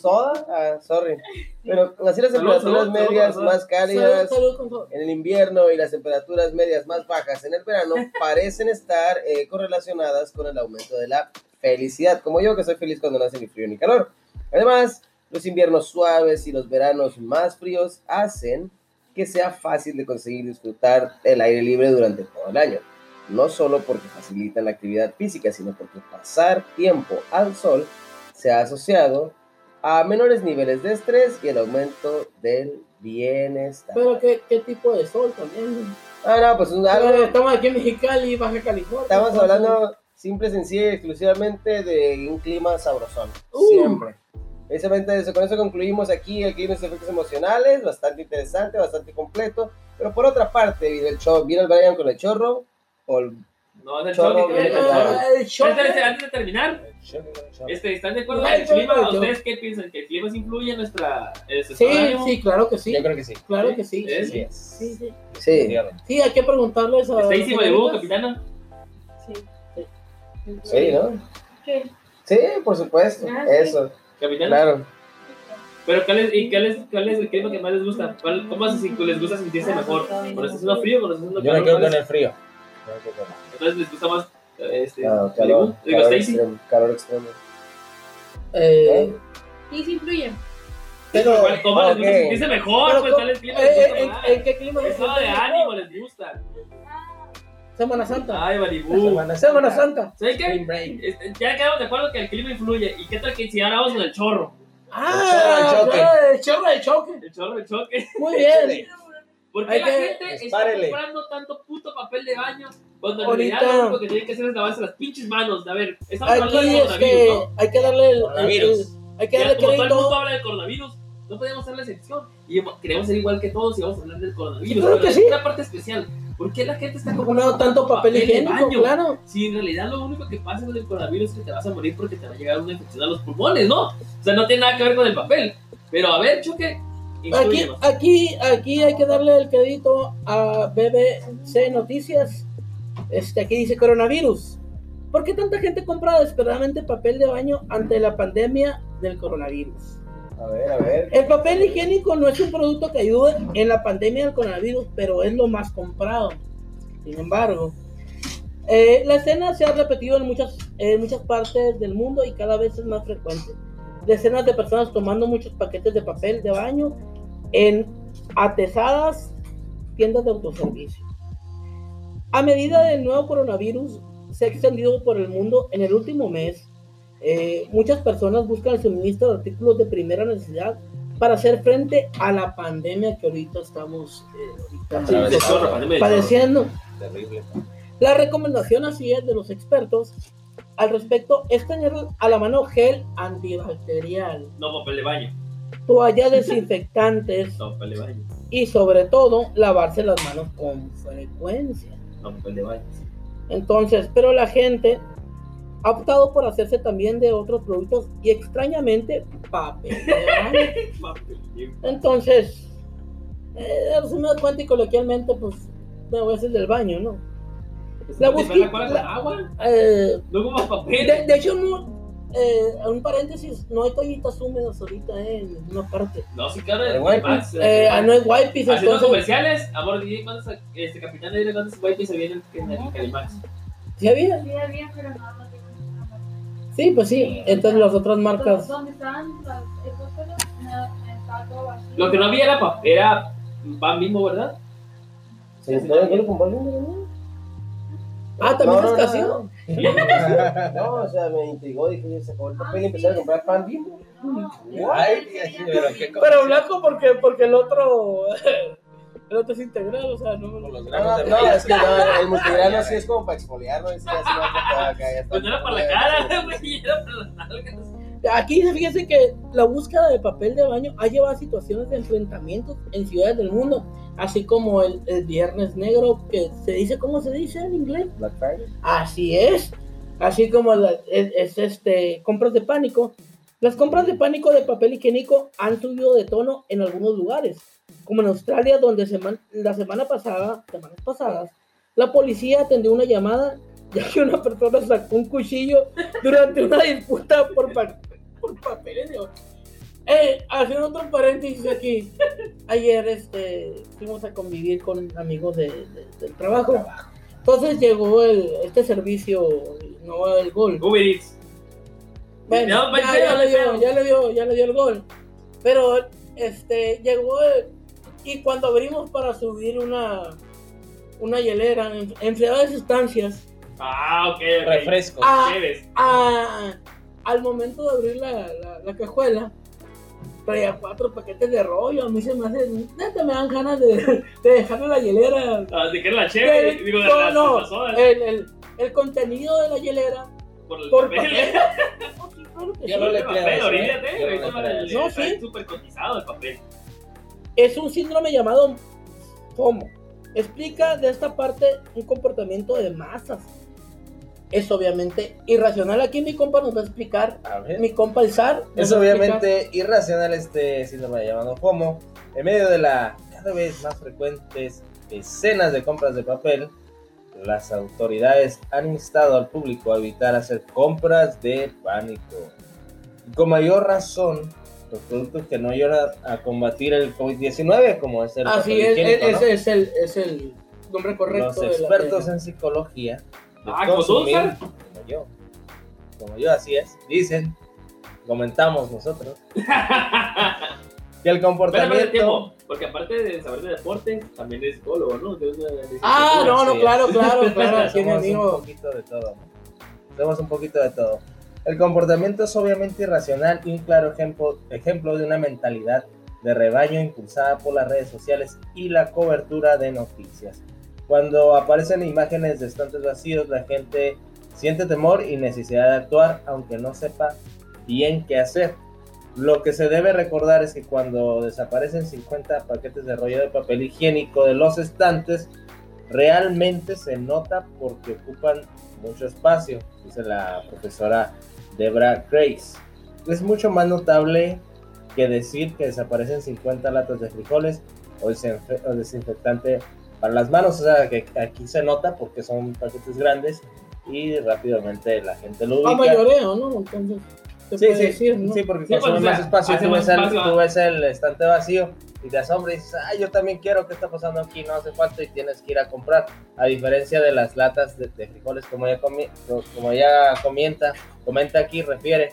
Speaker 4: ¿Soda? Ah, sorry. Pero así las
Speaker 1: Salud,
Speaker 4: temperaturas
Speaker 1: salud, salud,
Speaker 4: medias
Speaker 1: salud.
Speaker 4: más
Speaker 2: Salud,
Speaker 4: cálidas
Speaker 2: salud con todo.
Speaker 4: en el invierno y las temperaturas medias más bajas en el verano parecen estar eh, correlacionadas con el aumento de la felicidad, como yo que soy feliz cuando no hace ni frío ni calor. Además, los inviernos suaves y los veranos más fríos hacen que sea fácil de conseguir disfrutar el aire libre durante todo el año. No solo porque facilitan la actividad física, sino porque pasar tiempo al sol se ha asociado a menores niveles de estrés y el aumento del bienestar.
Speaker 2: Pero qué, qué tipo de sol también.
Speaker 4: Ah, no, pues un- ah,
Speaker 2: Pero
Speaker 4: no, no,
Speaker 2: estamos aquí en Mexicali, Baja California. eh,
Speaker 4: estamos hablando simple, sencilla y exclusivamente de un clima sabrosón.
Speaker 2: Uh.
Speaker 4: Siempre. Precisamente eso, con eso concluimos aquí el clima de efectos emocionales, bastante interesante, bastante completo. Pero por otra parte, viene el chorro, viene el Brian con el chorro, o el-
Speaker 1: No, no,
Speaker 4: Chorro,
Speaker 1: no, que-
Speaker 4: viene
Speaker 1: que-
Speaker 4: con
Speaker 1: Espérate,
Speaker 4: chorro.
Speaker 2: Ah, el shock.
Speaker 1: espérate, Antes de terminar, este, ¿están de acuerdo
Speaker 2: No,
Speaker 1: con el
Speaker 2: yo-
Speaker 1: clima?
Speaker 2: yo-
Speaker 1: ¿Ustedes qué piensan? ¿Que el clima sí influye en nuestra... en nuestro estado de
Speaker 2: Sí,
Speaker 1: ánimo?
Speaker 2: sí, claro que sí.
Speaker 3: Yo creo que sí.
Speaker 2: Claro que sí.
Speaker 1: ¿Eh?
Speaker 3: Sí,
Speaker 2: Sí, sí.
Speaker 4: Sí,
Speaker 3: definitivamente.
Speaker 2: Sí, hay que preguntarles a.
Speaker 1: Stacy Malibu,
Speaker 2: señoritas.
Speaker 1: capitana.
Speaker 4: sí, ¿no?
Speaker 5: ¿Qué?
Speaker 4: Sí, por supuesto,
Speaker 5: Ah, sí.
Speaker 4: eso,
Speaker 1: Capitana.
Speaker 4: claro.
Speaker 1: Pero ¿cuál es, y cuál es, cuál es el clima que más les gusta? ¿Cuál, ¿Cómo hace si les gusta sentirse mejor? ¿Cuando está haciendo frío? ¿Cuando está haciendo
Speaker 3: Yo me
Speaker 1: calor?
Speaker 3: quedo
Speaker 1: ¿Cuál es?
Speaker 3: con el frío. Yo me quedo con el-
Speaker 1: Entonces les gusta más este,
Speaker 4: Ah,
Speaker 1: Malibu.
Speaker 4: calor,
Speaker 1: Digo,
Speaker 4: calor
Speaker 1: Stacy.
Speaker 4: extremo, calor extremo.
Speaker 2: Eh,
Speaker 4: ¿Eh?
Speaker 5: Sí, sí influye.
Speaker 2: Pero.
Speaker 1: ¿Cuál- ¿Cómo les gusta
Speaker 4: Ok.
Speaker 1: sentirse mejor?
Speaker 2: pero
Speaker 1: Pues
Speaker 2: ¿cómo-
Speaker 1: tal el clima
Speaker 2: eh,
Speaker 1: les
Speaker 2: eh,
Speaker 1: gusta
Speaker 2: ¿en,
Speaker 1: más.
Speaker 2: en qué clima se
Speaker 1: Estado de
Speaker 2: sienten?
Speaker 1: ánimo les gusta.
Speaker 2: Semana Santa.
Speaker 1: Ay, Malibu.
Speaker 2: Semana Santa.
Speaker 1: ¿Sabes qué?
Speaker 3: Spring break.
Speaker 1: Este, Ya quedamos de acuerdo que el clima influye. ¿Y qué tal que si ahora vamos con el chorro?
Speaker 2: Ah,
Speaker 3: chorro de choque.
Speaker 2: ah, el chorro de choque.
Speaker 1: El chorro, el choque.
Speaker 2: Muy bien.
Speaker 1: ¿Por qué
Speaker 2: Hay
Speaker 1: la
Speaker 2: que-
Speaker 1: gente está
Speaker 3: dispárele.
Speaker 1: comprando tanto puto papel de baño cuando en
Speaker 2: Ahorita.
Speaker 1: realidad lo único que tienen que hacer es lavarse las pinches manos? A ver, estamos hablando
Speaker 2: Aquí
Speaker 1: de
Speaker 2: es
Speaker 1: coronavirus,
Speaker 2: que
Speaker 1: ¿no?
Speaker 2: hay que darle el, el-
Speaker 3: Coronavirus.
Speaker 2: el- Hay que
Speaker 1: Ya,
Speaker 2: darle
Speaker 1: como todo el mundo
Speaker 2: crédito.
Speaker 1: habla del coronavirus, no podemos ser la excepción. Y queremos ser igual que todos y vamos a hablar del coronavirus.
Speaker 2: Claro
Speaker 1: pero
Speaker 2: que
Speaker 1: es
Speaker 2: sí.
Speaker 1: una parte especial. ¿Por qué la gente está
Speaker 2: No
Speaker 1: comprando
Speaker 2: tanto papel
Speaker 1: de
Speaker 2: higiénico,
Speaker 1: baño?
Speaker 2: claro.
Speaker 1: Si en realidad lo único que pasa con el coronavirus es que te vas a morir porque te va a llegar una infección a los pulmones, ¿no? O sea, no tiene nada que ver con el papel. Pero a ver, choque.
Speaker 2: Aquí,
Speaker 1: incluyelo.
Speaker 2: aquí, aquí hay que darle el crédito a BBC Noticias. Este, aquí dice coronavirus. ¿Por qué tanta gente compra desesperadamente papel de baño ante la pandemia del coronavirus?
Speaker 4: A ver, a ver.
Speaker 2: El papel higiénico no es un producto que ayude en la pandemia del coronavirus, pero es lo más comprado. Sin embargo, eh, la escena se ha repetido en muchas, en muchas partes del mundo y cada vez es más frecuente. Decenas de personas tomando muchos paquetes de papel de baño en atesadas tiendas de autoservicio. A medida del nuevo coronavirus se ha extendido por el mundo en el último mes, eh, muchas personas buscan el suministro de artículos de primera necesidad para hacer frente a la pandemia que ahorita estamos eh, ahorita
Speaker 1: Sí, de zorra, pandemia de zorra.
Speaker 2: padeciendo.
Speaker 6: Terrible.
Speaker 2: La recomendación así es de los expertos al respecto es tener a la mano gel antibacterial,
Speaker 1: No, papel de baño.
Speaker 2: toallas desinfectantes
Speaker 1: No, pues papel de baño.
Speaker 2: y sobre todo lavarse las manos con frecuencia.
Speaker 1: No, pues papel de baño.
Speaker 2: Entonces, pero la gente ha optado por hacerse también de otros productos y extrañamente papel. de baño. Entonces, eh, resumido cuenta y coloquialmente, pues me voy a hacer del baño, ¿no? La
Speaker 1: ¿Te
Speaker 2: busqué-
Speaker 1: la cola con agua?
Speaker 2: Eh,
Speaker 1: No ocupas papel.
Speaker 2: de, de hecho, no. Eh, un paréntesis, no hay toallitas húmedas ahorita eh, en ninguna parte.
Speaker 1: No, sí, claro.
Speaker 4: Pero bueno,
Speaker 1: más,
Speaker 2: Eh,
Speaker 1: más.
Speaker 2: no hay wipes,
Speaker 4: Ah,
Speaker 1: Haciendo
Speaker 4: pues.
Speaker 2: entonces.
Speaker 1: comerciales, amor, DJ, ¿cuántos este, capitán de cuántos guaypis se vienen en el Calimax?
Speaker 2: ¿Sí había?
Speaker 5: Sí, había, pero no lo tengo en ninguna parte.
Speaker 2: Sí, pues sí. Entonces las otras marcas.
Speaker 5: Donde estaban las- esos pelos, no, estaba todo vacío.
Speaker 1: Lo que no había era, pa- era pan mismo, ¿verdad?
Speaker 4: ¿Se puede hacer con volumen?
Speaker 2: Ah, también
Speaker 4: No,
Speaker 2: es
Speaker 4: no,
Speaker 2: casi.
Speaker 4: no, No, o sea, me intrigó, dije, se acabó el papel y empecé a comprar pan bimbo.
Speaker 5: No,
Speaker 3: Ay,
Speaker 5: sí, sí,
Speaker 3: pero
Speaker 5: sí.
Speaker 3: qué co-
Speaker 2: Pero blanco porque, porque el otro. El otro es integral, o sea, no.
Speaker 3: Con los
Speaker 4: No, no,
Speaker 3: granos de
Speaker 4: no,
Speaker 3: maíz.
Speaker 4: es que no, el multigrano sí es como para exfoliarlo, ese ya se va a tocar acá, ya está.
Speaker 1: Pues no era para
Speaker 2: Eh,
Speaker 1: la cara, güey, era para las nalgas.
Speaker 2: Aquí dice, fíjense que la búsqueda de papel de baño ha llevado a situaciones de enfrentamientos en ciudades del mundo, así como el, el Viernes Negro, que se dice, ¿cómo se dice en inglés?
Speaker 4: Black Friday.
Speaker 2: Así es, así como las es, es, este, compras de pánico. Las compras de pánico de papel higiénico han subido de tono en algunos lugares, como en Australia, donde seman- la semana pasada, semanas pasadas, la policía atendió una llamada ya que una persona sacó un cuchillo durante una disputa por, pa- por papeles de oro. Eh, haciendo otro paréntesis aquí, ayer este, fuimos a convivir con amigos de- de- del trabajo. Entonces llegó el, este servicio, no el gol.
Speaker 1: Uber Eats.
Speaker 2: Bueno,
Speaker 1: No, pues,
Speaker 2: ya,
Speaker 1: pero-
Speaker 2: ya le dio, ya le dio, ya le dio el gol. Pero este llegó el- y cuando abrimos para subir una una hielera en- enfriada de sustancias,
Speaker 1: Ah, ok, ok.
Speaker 3: Refresco.
Speaker 2: a-
Speaker 1: Chéves.
Speaker 2: a- al momento de abrir la, la- la cajuela, traía cuatro paquetes de rollo. A mí se me hace, neta, me dan ganas de, de dejarle la hielera
Speaker 1: Ah, ¿De qué era la chévere?
Speaker 2: Del-
Speaker 1: Digo, de
Speaker 2: Eh, no,
Speaker 1: las,
Speaker 2: no.
Speaker 1: de las sodas.
Speaker 2: el, el, el contenido de la hielera
Speaker 1: por el
Speaker 2: por
Speaker 1: papel.
Speaker 2: papel. Claro que
Speaker 3: Ya
Speaker 2: sí.
Speaker 3: no le
Speaker 1: El
Speaker 3: creas,
Speaker 1: papel,
Speaker 3: ¿eh?
Speaker 1: olvídate,
Speaker 3: Ya
Speaker 1: güey,
Speaker 3: no le
Speaker 1: no vale,
Speaker 3: creas.
Speaker 1: le-
Speaker 2: No,
Speaker 1: está
Speaker 2: sí.
Speaker 1: súper cotizado el papel.
Speaker 2: Es un síndrome llamado FOMO. Explica de esta parte un comportamiento de masas. Es obviamente irracional. Aquí mi compa nos va a explicar.
Speaker 3: A ver.
Speaker 2: Mi compa el zar. nos
Speaker 3: ¿Eh? Es
Speaker 2: va a
Speaker 3: obviamente irracional este síndrome llamado FOMO. En medio de la cada vez más frecuentes decenas de compras de papel, las autoridades han instado al público a evitar hacer compras de pánico. Y con mayor razón, los productos que no ayudan a combatir el COVID-19, como es el
Speaker 2: explicar. Así
Speaker 3: papel
Speaker 2: es,
Speaker 3: higiénico,
Speaker 2: es-
Speaker 3: ¿no?
Speaker 2: ese es el, es el nombre correcto.
Speaker 3: Los
Speaker 2: de la-
Speaker 3: expertos
Speaker 2: de-
Speaker 3: en psicología, de
Speaker 1: Ah, ¿como tú,
Speaker 3: consumir,
Speaker 1: Sar?
Speaker 3: como yo, como yo, así es, dicen, comentamos nosotros, que el
Speaker 1: Pero aparte
Speaker 3: comportamiento...
Speaker 1: de tiempo, porque aparte de saber de deporte, también es psicólogo, ¿no? De una- de-
Speaker 2: Ah, no, no,
Speaker 3: Sí.
Speaker 2: claro, claro, claro. Aquí mi
Speaker 3: Somos un
Speaker 2: amigo.
Speaker 3: poquito de todo. ¿no? Somos un poquito de todo. El comportamiento es obviamente irracional y un claro ejemplo, ejemplo de una mentalidad de rebaño impulsada por las redes sociales y la cobertura de noticias. Cuando aparecen imágenes de estantes vacíos, la gente siente temor y necesidad de actuar, aunque no sepa bien qué hacer. Lo que se debe recordar es que cuando desaparecen 50 paquetes de rollo de papel higiénico de los estantes, realmente se nota porque ocupan mucho espacio, dice la profesora Debra Grace. Es mucho más notable que decir que desaparecen 50 latas de frijoles o, desinfe- o desinfectante para las manos. O sea, que aquí se nota porque son paquetes grandes y rápidamente la gente lo
Speaker 2: A
Speaker 3: ubica.
Speaker 2: mayoreo, ¿no? Entonces, se
Speaker 3: Sí,
Speaker 2: puede
Speaker 3: sí,
Speaker 2: decir, ¿no?
Speaker 3: sí, porque
Speaker 1: Sí, pues,
Speaker 3: consume
Speaker 1: o sea,
Speaker 3: más espacio.
Speaker 1: hace
Speaker 3: Tú
Speaker 1: más
Speaker 3: ves, el,
Speaker 1: espacio,
Speaker 3: tú
Speaker 1: ah.
Speaker 3: ves el estante vacío y te asombras y dices, ah, yo también quiero, ¿qué está pasando aquí? No hace falta y tienes que ir a comprar. A diferencia de las latas de, de frijoles, como ya, comi- co- como ya comenta, comenta aquí, refiere,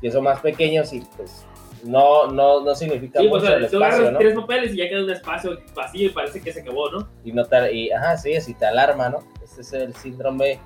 Speaker 3: que son más pequeños y pues no, no, no significa
Speaker 1: Sí,
Speaker 3: mucho
Speaker 1: pues, o sea,
Speaker 3: el
Speaker 1: tú agarras
Speaker 3: espacio, ¿no?
Speaker 1: tres papeles y ya queda un espacio vacío y parece que se acabó, ¿no?
Speaker 3: Y, no te- y ajá, sí, así te alarma, ¿no? Este es el síndrome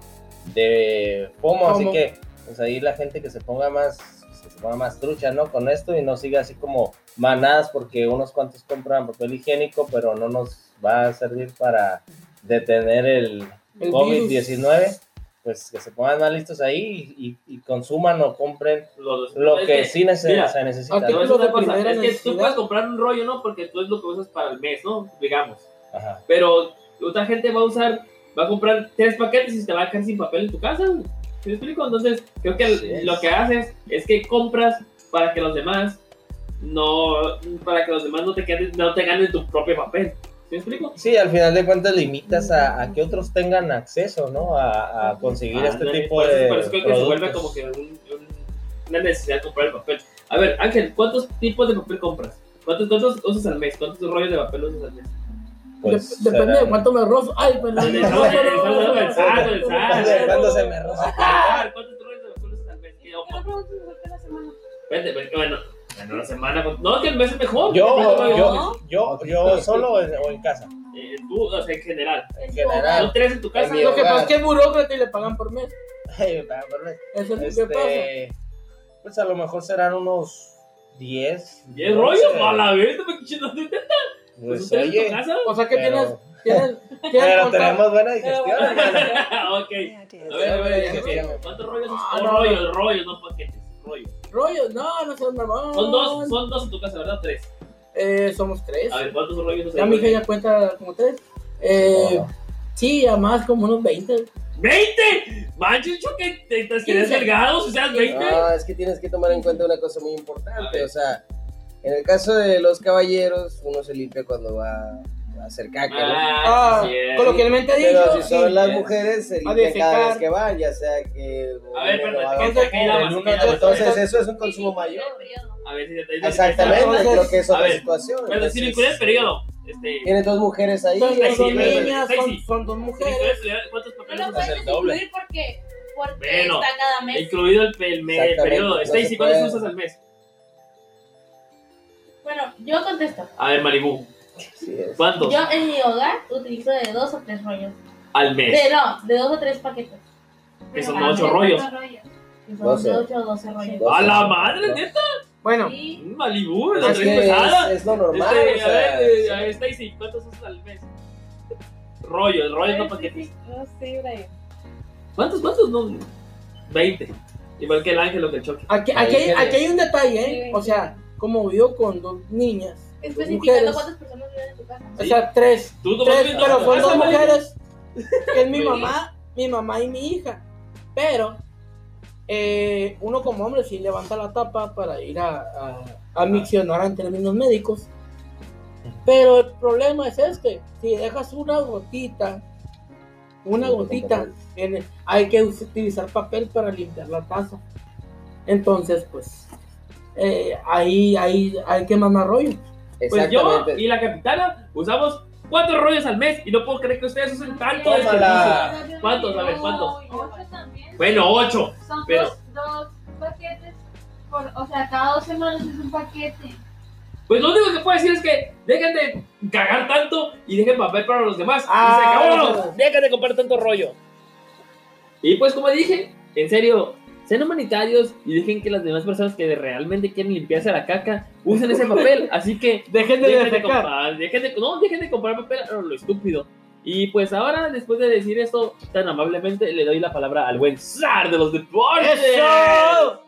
Speaker 3: de FOMO, así
Speaker 2: FOMO.
Speaker 3: que pues ahí la gente que se ponga más que se ponga más trucha, ¿no? Con esto y no siga así como manadas porque unos cuantos compran papel higiénico, pero no nos va a servir para detener el
Speaker 2: El
Speaker 3: COVID-19, pues que se pongan más listos ahí y, y- y consuman o compren
Speaker 1: Los-
Speaker 3: lo
Speaker 1: es
Speaker 3: que, sí nece-
Speaker 1: mira,
Speaker 3: se necesita.
Speaker 1: te voy a
Speaker 3: ¿no?
Speaker 1: decir una
Speaker 2: Artículos de
Speaker 1: cosa,
Speaker 2: primera
Speaker 1: es que tú
Speaker 2: necesidad.
Speaker 1: puedes comprar un rollo, ¿no? Porque tú es lo que usas para el mes, ¿no? Digamos.
Speaker 3: Ajá.
Speaker 1: Pero otra gente va a usar, va a comprar tres paquetes y te va a quedar sin papel en tu casa. ¿Te explico? Entonces, creo que
Speaker 3: Así es.
Speaker 1: lo que haces es que compras para que los demás no, para que los demás no te, queden, no te ganen tu propio papel. ¿Te explico?
Speaker 3: Sí, al final de cuentas limitas a, a que otros tengan acceso, ¿no? A, a conseguir este
Speaker 1: Ah, Ándale,
Speaker 3: tipo
Speaker 1: por eso-
Speaker 3: de
Speaker 1: por eso creo que se vuelve
Speaker 3: productos.
Speaker 1: como que un- un- una necesidad de comprar el papel. A ver, Ángel, ¿cuántos tipos de papel compras? ¿Cuántos, cuántos usas al mes? ¿Cuántos rollos de papel usas al mes?
Speaker 3: Pues,
Speaker 2: Dep- depende
Speaker 3: será-
Speaker 2: de cuánto me rozo. Ay, pues no, no,
Speaker 1: Estamos-
Speaker 2: no, no,
Speaker 1: estamos
Speaker 2: no, no,
Speaker 1: pensando,
Speaker 2: no, no,
Speaker 1: pensando.
Speaker 2: no, no,
Speaker 3: ¿Cuándo se
Speaker 2: no,
Speaker 3: me
Speaker 2: no,
Speaker 3: roza?
Speaker 1: Ah, ¿Cuántos rollos de papel usas al mes? ¿Qué ojo?
Speaker 7: Pero pregunto, ¿por qué la semana?
Speaker 1: Vente, pues, bueno, en una semana. pues, No, que el mes es mejor.
Speaker 3: Yo,
Speaker 1: Pero,
Speaker 3: yo, yo, yo solo o en- o en casa.
Speaker 1: eh, tú, o sea, en general.
Speaker 3: En
Speaker 1: Son
Speaker 3: general.
Speaker 1: tres en tu casa.
Speaker 3: mi
Speaker 2: Lo que
Speaker 3: hogar.
Speaker 2: pasa es que es burócrata y le pagan por mes. Eso es lo que pasa.
Speaker 3: Este, pues a lo mejor serán unos 10.
Speaker 1: ¿Diez rollos?
Speaker 3: doce.
Speaker 1: A la vez, me quichino.
Speaker 3: Pues,
Speaker 1: tres en tu
Speaker 3: oye,
Speaker 1: casa?
Speaker 2: O sea que tienes,
Speaker 3: pero,
Speaker 2: tienes, tienes
Speaker 3: pero
Speaker 2: contra-
Speaker 3: tenemos buena
Speaker 1: ok.
Speaker 3: digestión.
Speaker 1: A ver, a ver, a ver. ¿Cuántos rollos?
Speaker 2: Ah,
Speaker 1: Son
Speaker 2: no.
Speaker 1: rollos, rollos, no paquetes. Rollos.
Speaker 2: rollos. No, no seas mamón.
Speaker 1: Son dos, son dos en tu casa, ¿verdad? Tres.
Speaker 2: Eh, somos tres.
Speaker 1: A ver, ¿cuántos rollos usas?
Speaker 2: Ya mi hija ya cuenta como tres. Eh,
Speaker 3: Wow.
Speaker 2: Sí, ya más como unos 20.
Speaker 1: ¡Veinte! Manches, yo que te estás quieres
Speaker 2: Quince.
Speaker 1: delgados, o sea, veinte.
Speaker 4: No, es que tienes que tomar en cuenta una cosa muy importante. O sea, en el caso de los caballeros, uno se limpia cuando va va a hacer caca, ¿no?
Speaker 1: Ah,
Speaker 2: Ah,
Speaker 1: sí, es.
Speaker 2: coloquialmente
Speaker 4: Pero si
Speaker 2: dicho.
Speaker 4: son
Speaker 2: sí.
Speaker 4: las
Speaker 3: sí.
Speaker 4: mujeres, se
Speaker 2: A
Speaker 4: limpian cada vez
Speaker 2: defecar.
Speaker 4: que van, ya sea que. el
Speaker 1: A ver,
Speaker 4: gobierno
Speaker 1: pero
Speaker 4: lo haga.
Speaker 1: te queda
Speaker 3: en
Speaker 1: más
Speaker 3: uno,
Speaker 1: que-
Speaker 4: Entonces, eso es un consumo mayor.
Speaker 1: A ver si te-
Speaker 4: Exactamente, creo que es
Speaker 1: A
Speaker 4: otra
Speaker 1: ver,
Speaker 4: situación.
Speaker 1: Bueno, sin incluir el
Speaker 4: Entonces,
Speaker 1: periodo. Este,
Speaker 4: Tiene dos mujeres ahí.
Speaker 2: Son
Speaker 1: Ay,
Speaker 2: dos
Speaker 1: sí, pero-
Speaker 2: niñas,
Speaker 1: ay,
Speaker 2: son,
Speaker 1: sí.
Speaker 2: son dos
Speaker 1: sin
Speaker 2: mujeres.
Speaker 1: incluir el periodo, ¿Cuántos
Speaker 7: No
Speaker 1: papeles
Speaker 7: lo
Speaker 1: usas?
Speaker 3: Entonces, el
Speaker 7: puedes
Speaker 3: doble.
Speaker 7: incluir porque, porque
Speaker 1: Bueno,
Speaker 7: está cada mes.
Speaker 1: Incluido el, pe- el me-
Speaker 4: Exactamente,
Speaker 1: periodo.
Speaker 4: no
Speaker 1: Stacy,
Speaker 4: se
Speaker 1: ¿cuántos
Speaker 4: puede.
Speaker 1: usas al mes?
Speaker 7: Bueno, yo contesto.
Speaker 1: A ver, Malibu.
Speaker 4: Sí, es.
Speaker 1: ¿Cuántos?
Speaker 7: Yo en mi hogar utilizo de dos o tres rollos.
Speaker 1: Al mes.
Speaker 7: De no, de dos o tres paquetes.
Speaker 1: Que son
Speaker 7: Ah,
Speaker 1: ocho
Speaker 7: de
Speaker 1: rollos.
Speaker 7: Que son
Speaker 4: Doce.
Speaker 7: de ocho o doce rollos.
Speaker 4: Doce.
Speaker 1: A la madre,
Speaker 4: No.
Speaker 1: neta.
Speaker 2: Bueno,
Speaker 7: Y
Speaker 1: Malibu, la tres
Speaker 4: Es, que es,
Speaker 1: pesada.
Speaker 4: es lo normal.
Speaker 1: Este,
Speaker 4: o
Speaker 1: a
Speaker 4: sea,
Speaker 1: ver, eh,
Speaker 4: sí.
Speaker 1: a ver, Stacy, ¿cuántos usas al mes? Rollos, rollos, no paquetes.
Speaker 5: No sé, Brian.
Speaker 1: ¿Cuántos, cuántos? No. Veinte. Igual que el ángel o que el choque.
Speaker 2: aquí, aquí, hay,
Speaker 3: Ahí
Speaker 2: aquí hay un detalle, ¿eh?
Speaker 5: Sí.
Speaker 2: O sea, como vivo con dos niñas, dos
Speaker 7: especificando
Speaker 2: mujeres,
Speaker 7: cuántas personas viven en tu casa.
Speaker 2: o sea, tres,
Speaker 1: Tú nomás
Speaker 2: tres,
Speaker 1: vienes a
Speaker 2: pero
Speaker 1: tu
Speaker 2: son
Speaker 1: casa,
Speaker 2: dos
Speaker 1: Malibu.
Speaker 2: mujeres, que es mi
Speaker 1: Muy bien.
Speaker 2: mamá, mi mamá y mi hija, pero eh, uno como hombre sí levanta la tapa para ir a, a, a miccionar en términos médicos, pero el problema es este, si dejas una gotita, una gotita, en- hay que us- utilizar papel para limpiar la taza. Entonces, pues, eh, ahí, ahí hay que mamar rollo.
Speaker 1: Pues yo
Speaker 4: Exactamente.
Speaker 1: y la capitana usamos cuatro rollos al mes y no puedo creer que ustedes usen tanto este
Speaker 3: Tómala.
Speaker 1: desperdicio. ¿Cuántos?
Speaker 7: ¿Cuántos?
Speaker 1: A ver, ¿cuántos?
Speaker 7: Ocho también.
Speaker 1: Bueno, ocho.
Speaker 7: Son
Speaker 1: pero-
Speaker 7: dos, dos paquetes. Por, o sea, cada dos semanas es un paquete.
Speaker 1: Pues lo único que puedo decir es que dejen de cagar tanto y dejen papel para los demás. y
Speaker 2: Ah,
Speaker 1: se acabó.
Speaker 2: bueno.
Speaker 1: Dejen de comprar tanto rollo. Y pues como dije, en serio, sean humanitarios y dejen que las demás personas que realmente quieren limpiarse la caca usen ese papel. Así que
Speaker 2: Dejen de
Speaker 1: dejen de,
Speaker 2: defecar.
Speaker 1: comprar, dejen de- no, dejen de comprar papel a lo estúpido. Y pues ahora, después de decir esto tan amablemente, le doy la palabra al buen zar de los deportes.
Speaker 2: ¡Eso!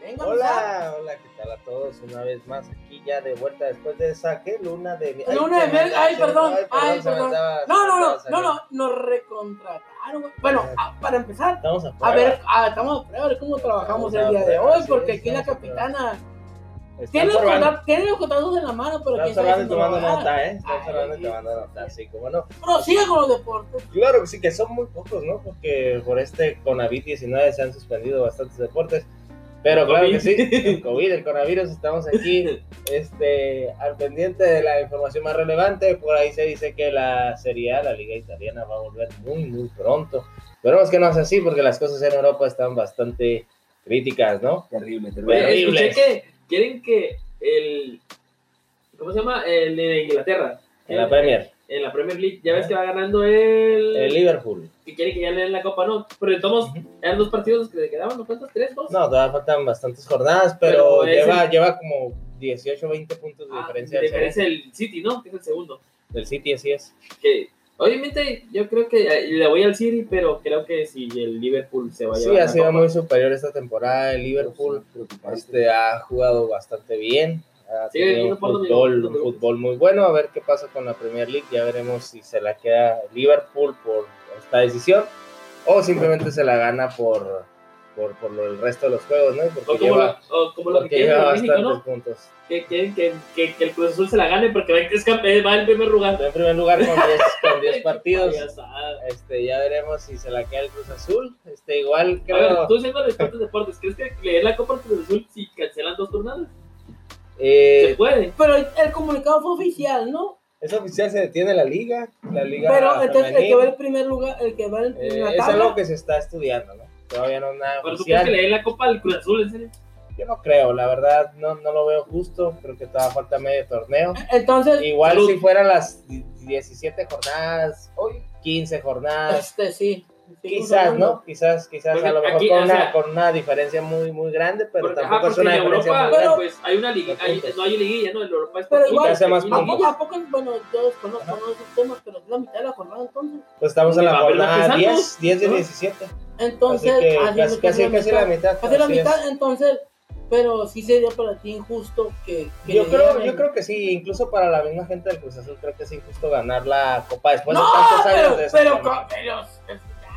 Speaker 2: Venga,
Speaker 3: Hola, hola, ¿qué tal a todos? Una vez más aquí ya de vuelta después de esa ¿qué? luna de miel.
Speaker 2: Luna de miel, ay, perdón, ay,
Speaker 3: se me
Speaker 2: perdón.
Speaker 3: estaba- se
Speaker 2: No,
Speaker 3: me
Speaker 2: no, no,
Speaker 3: estaba
Speaker 2: no, no, nos recontrataron, güey. Bueno, a- para empezar,
Speaker 3: Estamos a,
Speaker 2: a
Speaker 3: prueba.
Speaker 2: ver, ah, estamos a prueba, a ver cómo trabajamos el día de hoy, porque aquí la capitana
Speaker 3: Están
Speaker 2: tiene los,
Speaker 3: probando,
Speaker 2: contact- tiene los contactos en la mano, pero
Speaker 3: están
Speaker 2: quién sabe si
Speaker 3: probando y
Speaker 2: nos va a
Speaker 3: tomando
Speaker 2: dar.
Speaker 3: nota, ¿eh? Están
Speaker 2: Ay,
Speaker 3: probando y
Speaker 2: Dios.
Speaker 3: tomando nota, sí, como no.
Speaker 2: Prosigue con los deportes.
Speaker 3: Claro que sí, que son muy pocos, ¿no? Porque por este COVID-19 se han suspendido bastantes deportes. Pero claro que sí, el COVID, el coronavirus, estamos aquí este, al pendiente de la información más relevante. Por ahí se dice que la Serie A, la Liga Italiana, va a volver muy, muy pronto. Esperemos que no sea así, porque las cosas en Europa están bastante críticas, ¿no?
Speaker 4: Terrible,
Speaker 1: Oye,
Speaker 4: terrible.
Speaker 3: Bueno. Terrible.
Speaker 1: escuché que quieren que el. ¿Cómo se llama? El de Inglaterra.
Speaker 3: En la Premier,
Speaker 1: en la Premier League. Ya ves que va ganando el.
Speaker 3: el Liverpool.
Speaker 1: Que quiere que ya le den la copa, ¿no? Pero de todos modos, eran dos partidos los que le quedaban, ¿no? ¿Cuántos? ¿Tres? ¿Dos? Ah,
Speaker 3: No, todavía faltan bastantes jornadas, pero,
Speaker 1: Pero es
Speaker 3: lleva, lleva como 18, 20 puntos de
Speaker 1: Ah,
Speaker 3: diferencia
Speaker 1: de
Speaker 3: del, segundo.
Speaker 1: diferencia del City, ¿no? Que es el segundo.
Speaker 3: del City, así es.
Speaker 1: Que, obviamente, yo creo que eh, le voy al City, pero creo que si el Liverpool se va a
Speaker 3: Sí,
Speaker 1: llevar.
Speaker 3: ha
Speaker 1: la
Speaker 3: sido
Speaker 1: copa.
Speaker 3: muy superior esta temporada. El Liverpool este, ha jugado bastante bien. Ha
Speaker 1: Sí,
Speaker 3: tenido
Speaker 1: yo
Speaker 3: un
Speaker 1: no puedo
Speaker 3: fútbol,
Speaker 1: ni-
Speaker 3: un fútbol muy bueno. A ver qué pasa con la Premier League. Ya veremos si se la queda Liverpool por esta decisión o simplemente se la gana por, por, por lo- el resto de los juegos, ¿no?
Speaker 1: O
Speaker 3: Porque
Speaker 1: como,
Speaker 3: lleva,
Speaker 1: lo, o como lo que
Speaker 3: porque
Speaker 1: quieren en
Speaker 3: lleva
Speaker 1: México,
Speaker 3: bastantes
Speaker 1: ¿no?
Speaker 3: puntos.
Speaker 1: Que quieren que, que, que el Cruz Azul se la gane porque va, es campeón, va en primer lugar.
Speaker 3: En primer lugar, con 10 con 10 partidos.
Speaker 1: Payasada.
Speaker 3: Este, ya veremos si se la queda el Cruz Azul. Este, igual
Speaker 1: A ver,
Speaker 3: creo.
Speaker 1: tú siendo de tantos deportes, ¿crees que le den la copa al Cruz Azul si cancelan dos jornadas?
Speaker 3: eh,
Speaker 1: Se puede.
Speaker 2: Pero el, el comunicado fue oficial, ¿no?
Speaker 3: Es oficial, se detiene la liga. La liga
Speaker 2: Pero entonces el que
Speaker 3: femenil.
Speaker 2: va en primer lugar, el que va en
Speaker 3: Eh,
Speaker 2: la
Speaker 3: es algo
Speaker 2: tabla,
Speaker 3: que se está estudiando, ¿no? Todavía no es nada
Speaker 1: Pero tú crees que
Speaker 3: oficial.
Speaker 1: le den la copa al Cruz Azul, en serio.
Speaker 3: Yo no creo, la verdad, no, no lo veo justo. Creo que todavía falta medio torneo.
Speaker 2: entonces,
Speaker 3: Igual
Speaker 1: Salud.
Speaker 3: si fueran las di- 17 jornadas, hoy 15 jornadas,
Speaker 2: este sí.
Speaker 3: quizás, ¿no? Quizás, quizás, a
Speaker 1: Porque
Speaker 3: lo mejor
Speaker 1: aquí,
Speaker 3: con,
Speaker 1: o
Speaker 3: una,
Speaker 1: sea-
Speaker 3: con una diferencia muy, muy grande, pero
Speaker 1: Porque,
Speaker 3: tampoco
Speaker 1: ajá,
Speaker 3: es
Speaker 1: porque
Speaker 3: una
Speaker 1: en
Speaker 3: diferencia
Speaker 1: Europa,
Speaker 3: muy grande.
Speaker 1: pues, hay una liga, hay-
Speaker 3: Puntos.
Speaker 1: no hay liguilla, ¿no? En Europa es
Speaker 2: Pero
Speaker 1: por
Speaker 2: igual-
Speaker 1: puntos,
Speaker 3: Se hace más
Speaker 1: y-
Speaker 3: puntos.
Speaker 2: Aquí tampoco, bueno, yo desconozco ¿no? esos temas, pero es la mitad de la jornada entonces.
Speaker 3: Pues estamos en la
Speaker 1: Va, pero
Speaker 3: jornada
Speaker 1: empezamos,
Speaker 3: 10, 10 de
Speaker 1: ¿no?
Speaker 3: 17. Así
Speaker 2: Entonces, así
Speaker 3: que casi,
Speaker 2: me
Speaker 3: casi,
Speaker 2: quedo
Speaker 3: casi la mitad.
Speaker 2: Hace la
Speaker 3: así es.
Speaker 2: mitad, entonces, pero sí sería para ti injusto que. que
Speaker 3: Yo
Speaker 2: le
Speaker 3: creo,
Speaker 2: dieran-
Speaker 3: yo creo que sí, incluso para la misma gente del Cruz Azul, creo que es injusto ganar la Copa después
Speaker 2: No,
Speaker 3: de tantos años
Speaker 2: pero,
Speaker 3: de esta
Speaker 2: pero,
Speaker 3: temporada.
Speaker 2: co- pero,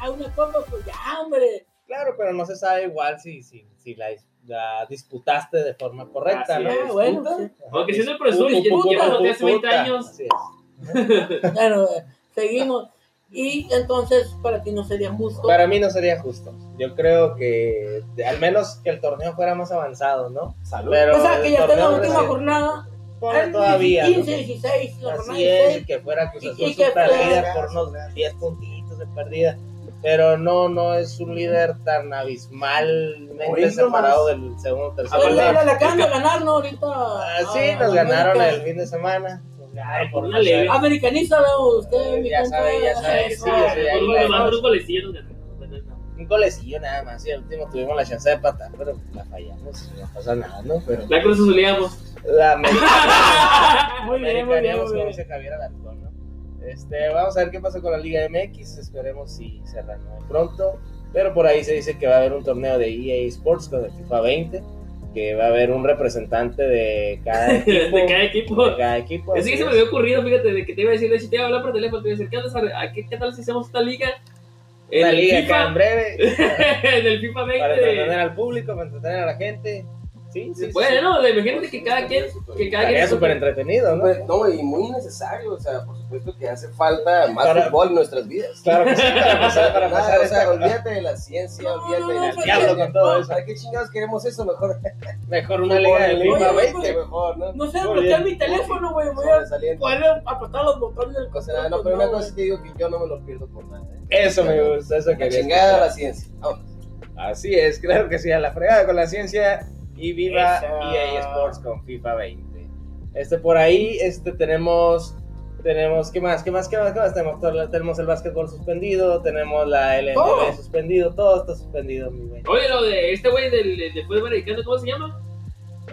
Speaker 2: ya, una copa, pues ya, hombre.
Speaker 3: Claro, pero no se sabe igual si, si, si la, dis- la disputaste de forma correcta,
Speaker 1: Así
Speaker 3: ¿no?
Speaker 1: es.
Speaker 2: Ah, bueno, sí.
Speaker 1: Aunque siendo el Cruz Azul,
Speaker 2: Puta,
Speaker 1: ya
Speaker 2: puta,
Speaker 1: ya no te hace 20
Speaker 3: Puta,
Speaker 1: años.
Speaker 3: así es.
Speaker 2: Bueno, eh, seguimos. Y entonces, para ti no sería justo.
Speaker 3: Para mí no sería justo. Yo creo que de- al menos que el torneo fuera más avanzado, ¿no?
Speaker 4: Salud.
Speaker 3: Pero
Speaker 2: o sea,
Speaker 3: el
Speaker 2: que ya está en la
Speaker 3: torneo
Speaker 2: última Ah,
Speaker 3: recién-
Speaker 2: jornada.
Speaker 3: Ponle
Speaker 2: el
Speaker 3: todavía. ¿no?
Speaker 2: 15, 16, la jornada
Speaker 3: Así es, y
Speaker 2: 16.
Speaker 3: que fuera Cruz
Speaker 2: Y-
Speaker 3: Azul
Speaker 2: y que
Speaker 3: super
Speaker 2: fuera-
Speaker 3: líder por unos 10 puntitos de perdida. Pero no, no es un líder tan abismalmente
Speaker 4: Oído
Speaker 3: separado del segundo tercer
Speaker 2: A ver,
Speaker 1: Aparte-
Speaker 2: la,
Speaker 3: lugar.
Speaker 2: la, la acaban de ganar, ¿no? Ahorita.
Speaker 3: Ah,
Speaker 2: a-
Speaker 3: Sí,
Speaker 2: a
Speaker 3: nos ganaron
Speaker 2: América.
Speaker 3: el fin de semana. Nos ganaron por
Speaker 1: Una leve.
Speaker 2: Americanista, ¿no? Usted,
Speaker 3: Eh,
Speaker 2: mi
Speaker 3: ya
Speaker 2: compa,
Speaker 3: sabe, ya sabe,
Speaker 2: eso.
Speaker 3: sí, ya sé, ahí
Speaker 1: Por un
Speaker 3: la-
Speaker 1: demás, un golecillo, no, no, no.
Speaker 3: Un golecillo nada más, y al último tuvimos la chance de patar, pero la fallamos, no pasa nada, ¿no? Pero
Speaker 1: La Cruz Azuleamos.
Speaker 3: la América,
Speaker 2: Muy bien, muy bien,
Speaker 3: Americaneamos,
Speaker 2: muy
Speaker 3: como
Speaker 2: bien.
Speaker 3: dice Javier Alarcón, ¿no? Este, vamos a ver qué pasa con la Liga MX, esperemos si se reanude pronto, pero por ahí se dice que va a haber un torneo de EA Sports con el FIFA 20, que va a haber un representante de cada equipo.
Speaker 1: De cada equipo.
Speaker 3: de cada equipo,
Speaker 1: Así que
Speaker 3: así
Speaker 1: se me
Speaker 3: es.
Speaker 1: había ocurrido, fíjate, de que te iba a decir, de hecho, te iba a hablar por teléfono, te iba a decir, ¿qué, andas a- a qué, qué tal si hacemos esta liga? En
Speaker 3: Una
Speaker 1: el
Speaker 3: liga acá en
Speaker 1: FIFA,
Speaker 3: breve,
Speaker 1: en el FIFA
Speaker 3: para
Speaker 1: 20.
Speaker 3: entretener al público, para entretener a la gente. Sí, sí,
Speaker 1: Se
Speaker 3: sí.
Speaker 1: puede, ¿no? De- Imagínate que cada quien, que cada
Speaker 3: Estaría
Speaker 1: quien.
Speaker 3: súper entretenido, ¿no?
Speaker 4: Pues, No, y muy innecesario, o sea, por supuesto que hace falta más
Speaker 3: Para-
Speaker 4: fútbol en nuestras vidas.
Speaker 3: Claro que sí, para pasar, para
Speaker 4: Nada,
Speaker 3: pasar
Speaker 4: o sea,
Speaker 3: esta-
Speaker 4: olvídate de la ciencia, olvídate
Speaker 2: no,
Speaker 4: del
Speaker 2: no,
Speaker 4: diablo
Speaker 3: no,
Speaker 4: con
Speaker 3: no.
Speaker 4: todo eso. ¿Para qué chingados queremos eso? Mejor
Speaker 3: Mejor una liga de
Speaker 2: Oye,
Speaker 3: FIFA
Speaker 2: güey.
Speaker 3: 20.
Speaker 4: mejor, ¿no?
Speaker 2: No sé
Speaker 3: Muy
Speaker 2: bloquear
Speaker 3: bien.
Speaker 2: mi teléfono, güey. Voy a
Speaker 4: Sobresaliente.
Speaker 2: poder apretar los botones del
Speaker 4: O
Speaker 3: Ah,
Speaker 4: sea, no,
Speaker 2: control,
Speaker 4: pero una
Speaker 2: no,
Speaker 4: cosa
Speaker 2: güey.
Speaker 4: es que digo que yo no me lo pierdo por nada. ¿eh?
Speaker 3: Eso me gusta, eso
Speaker 4: La
Speaker 3: quería
Speaker 4: chingada
Speaker 3: escuchar.
Speaker 4: la ciencia. Vamos.
Speaker 3: Así es, claro que sí, a la fregada con la ciencia y viva
Speaker 2: Eso.
Speaker 3: EA Sports con FIFA 20. Este por ahí, este tenemos tenemos qué más, qué más, qué más, qué más tenemos Todo lo- tenemos el básquetbol suspendido, tenemos la LNB
Speaker 1: Oh.
Speaker 2: Todo.
Speaker 3: suspendido, todo está suspendido, mi güey.
Speaker 1: Oye, lo de este güey del, del fútbol americano, ¿cómo se llama?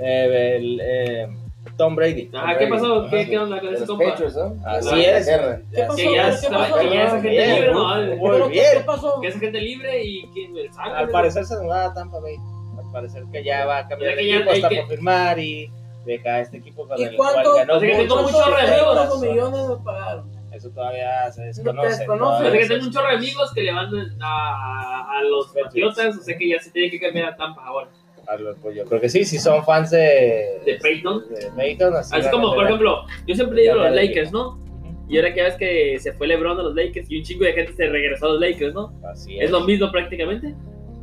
Speaker 3: Eh, el, eh, Tom Brady.
Speaker 1: Ah, ¿qué pasó? ¿Qué,
Speaker 4: Ajá.
Speaker 1: qué onda con
Speaker 4: De
Speaker 1: ese
Speaker 4: los
Speaker 1: compa?
Speaker 4: Patriots, ¿no?
Speaker 3: Así
Speaker 4: De la
Speaker 3: es.
Speaker 4: guerra.
Speaker 2: ¿Qué pasó?
Speaker 1: Que ya
Speaker 2: ¿Qué
Speaker 1: estaba-
Speaker 2: pasó?
Speaker 1: que ya esa gente
Speaker 3: Bien,
Speaker 1: libre,
Speaker 3: muy-
Speaker 1: ¿no?
Speaker 3: muy
Speaker 2: ¿Pero qué-
Speaker 3: bien.
Speaker 2: ¿Qué pasó?
Speaker 1: Que esa gente libre y que el
Speaker 3: Al parecer se mudaba a Tampa Bay. Al parecer que ya va a cambiar
Speaker 1: Ya
Speaker 3: el
Speaker 1: que ya-
Speaker 3: equipo, está
Speaker 1: que-
Speaker 3: por firmar y deja este equipo con
Speaker 2: ¿Y
Speaker 3: el
Speaker 2: cuánto-
Speaker 3: cual ganó
Speaker 1: Así que tengo
Speaker 3: mucho.
Speaker 1: mucho arreglo,
Speaker 2: ¿Cuántos millones nos pagaron?
Speaker 3: Eso todavía se
Speaker 2: te
Speaker 3: desconoce.
Speaker 2: desconoce.
Speaker 3: todavía
Speaker 1: Parece que
Speaker 3: se-
Speaker 1: tengo un chorro de amigos que le van a, a los patriotas, o sea que ya se tiene que cambiar a Tampa ahora.
Speaker 3: a lo- pues yo creo que sí, si son fans de,
Speaker 1: De Peyton.
Speaker 3: de Peyton, así
Speaker 1: Así
Speaker 3: van a
Speaker 1: como, por
Speaker 3: tener-
Speaker 1: ejemplo, yo siempre digo los
Speaker 3: Cambiar de
Speaker 1: Lakers, ¿no? Y ahora que ves que se fue LeBron a los Lakers y un chingo de gente se regresó a los Lakers, ¿no?
Speaker 3: Así
Speaker 1: Es
Speaker 3: es.
Speaker 1: lo mismo prácticamente.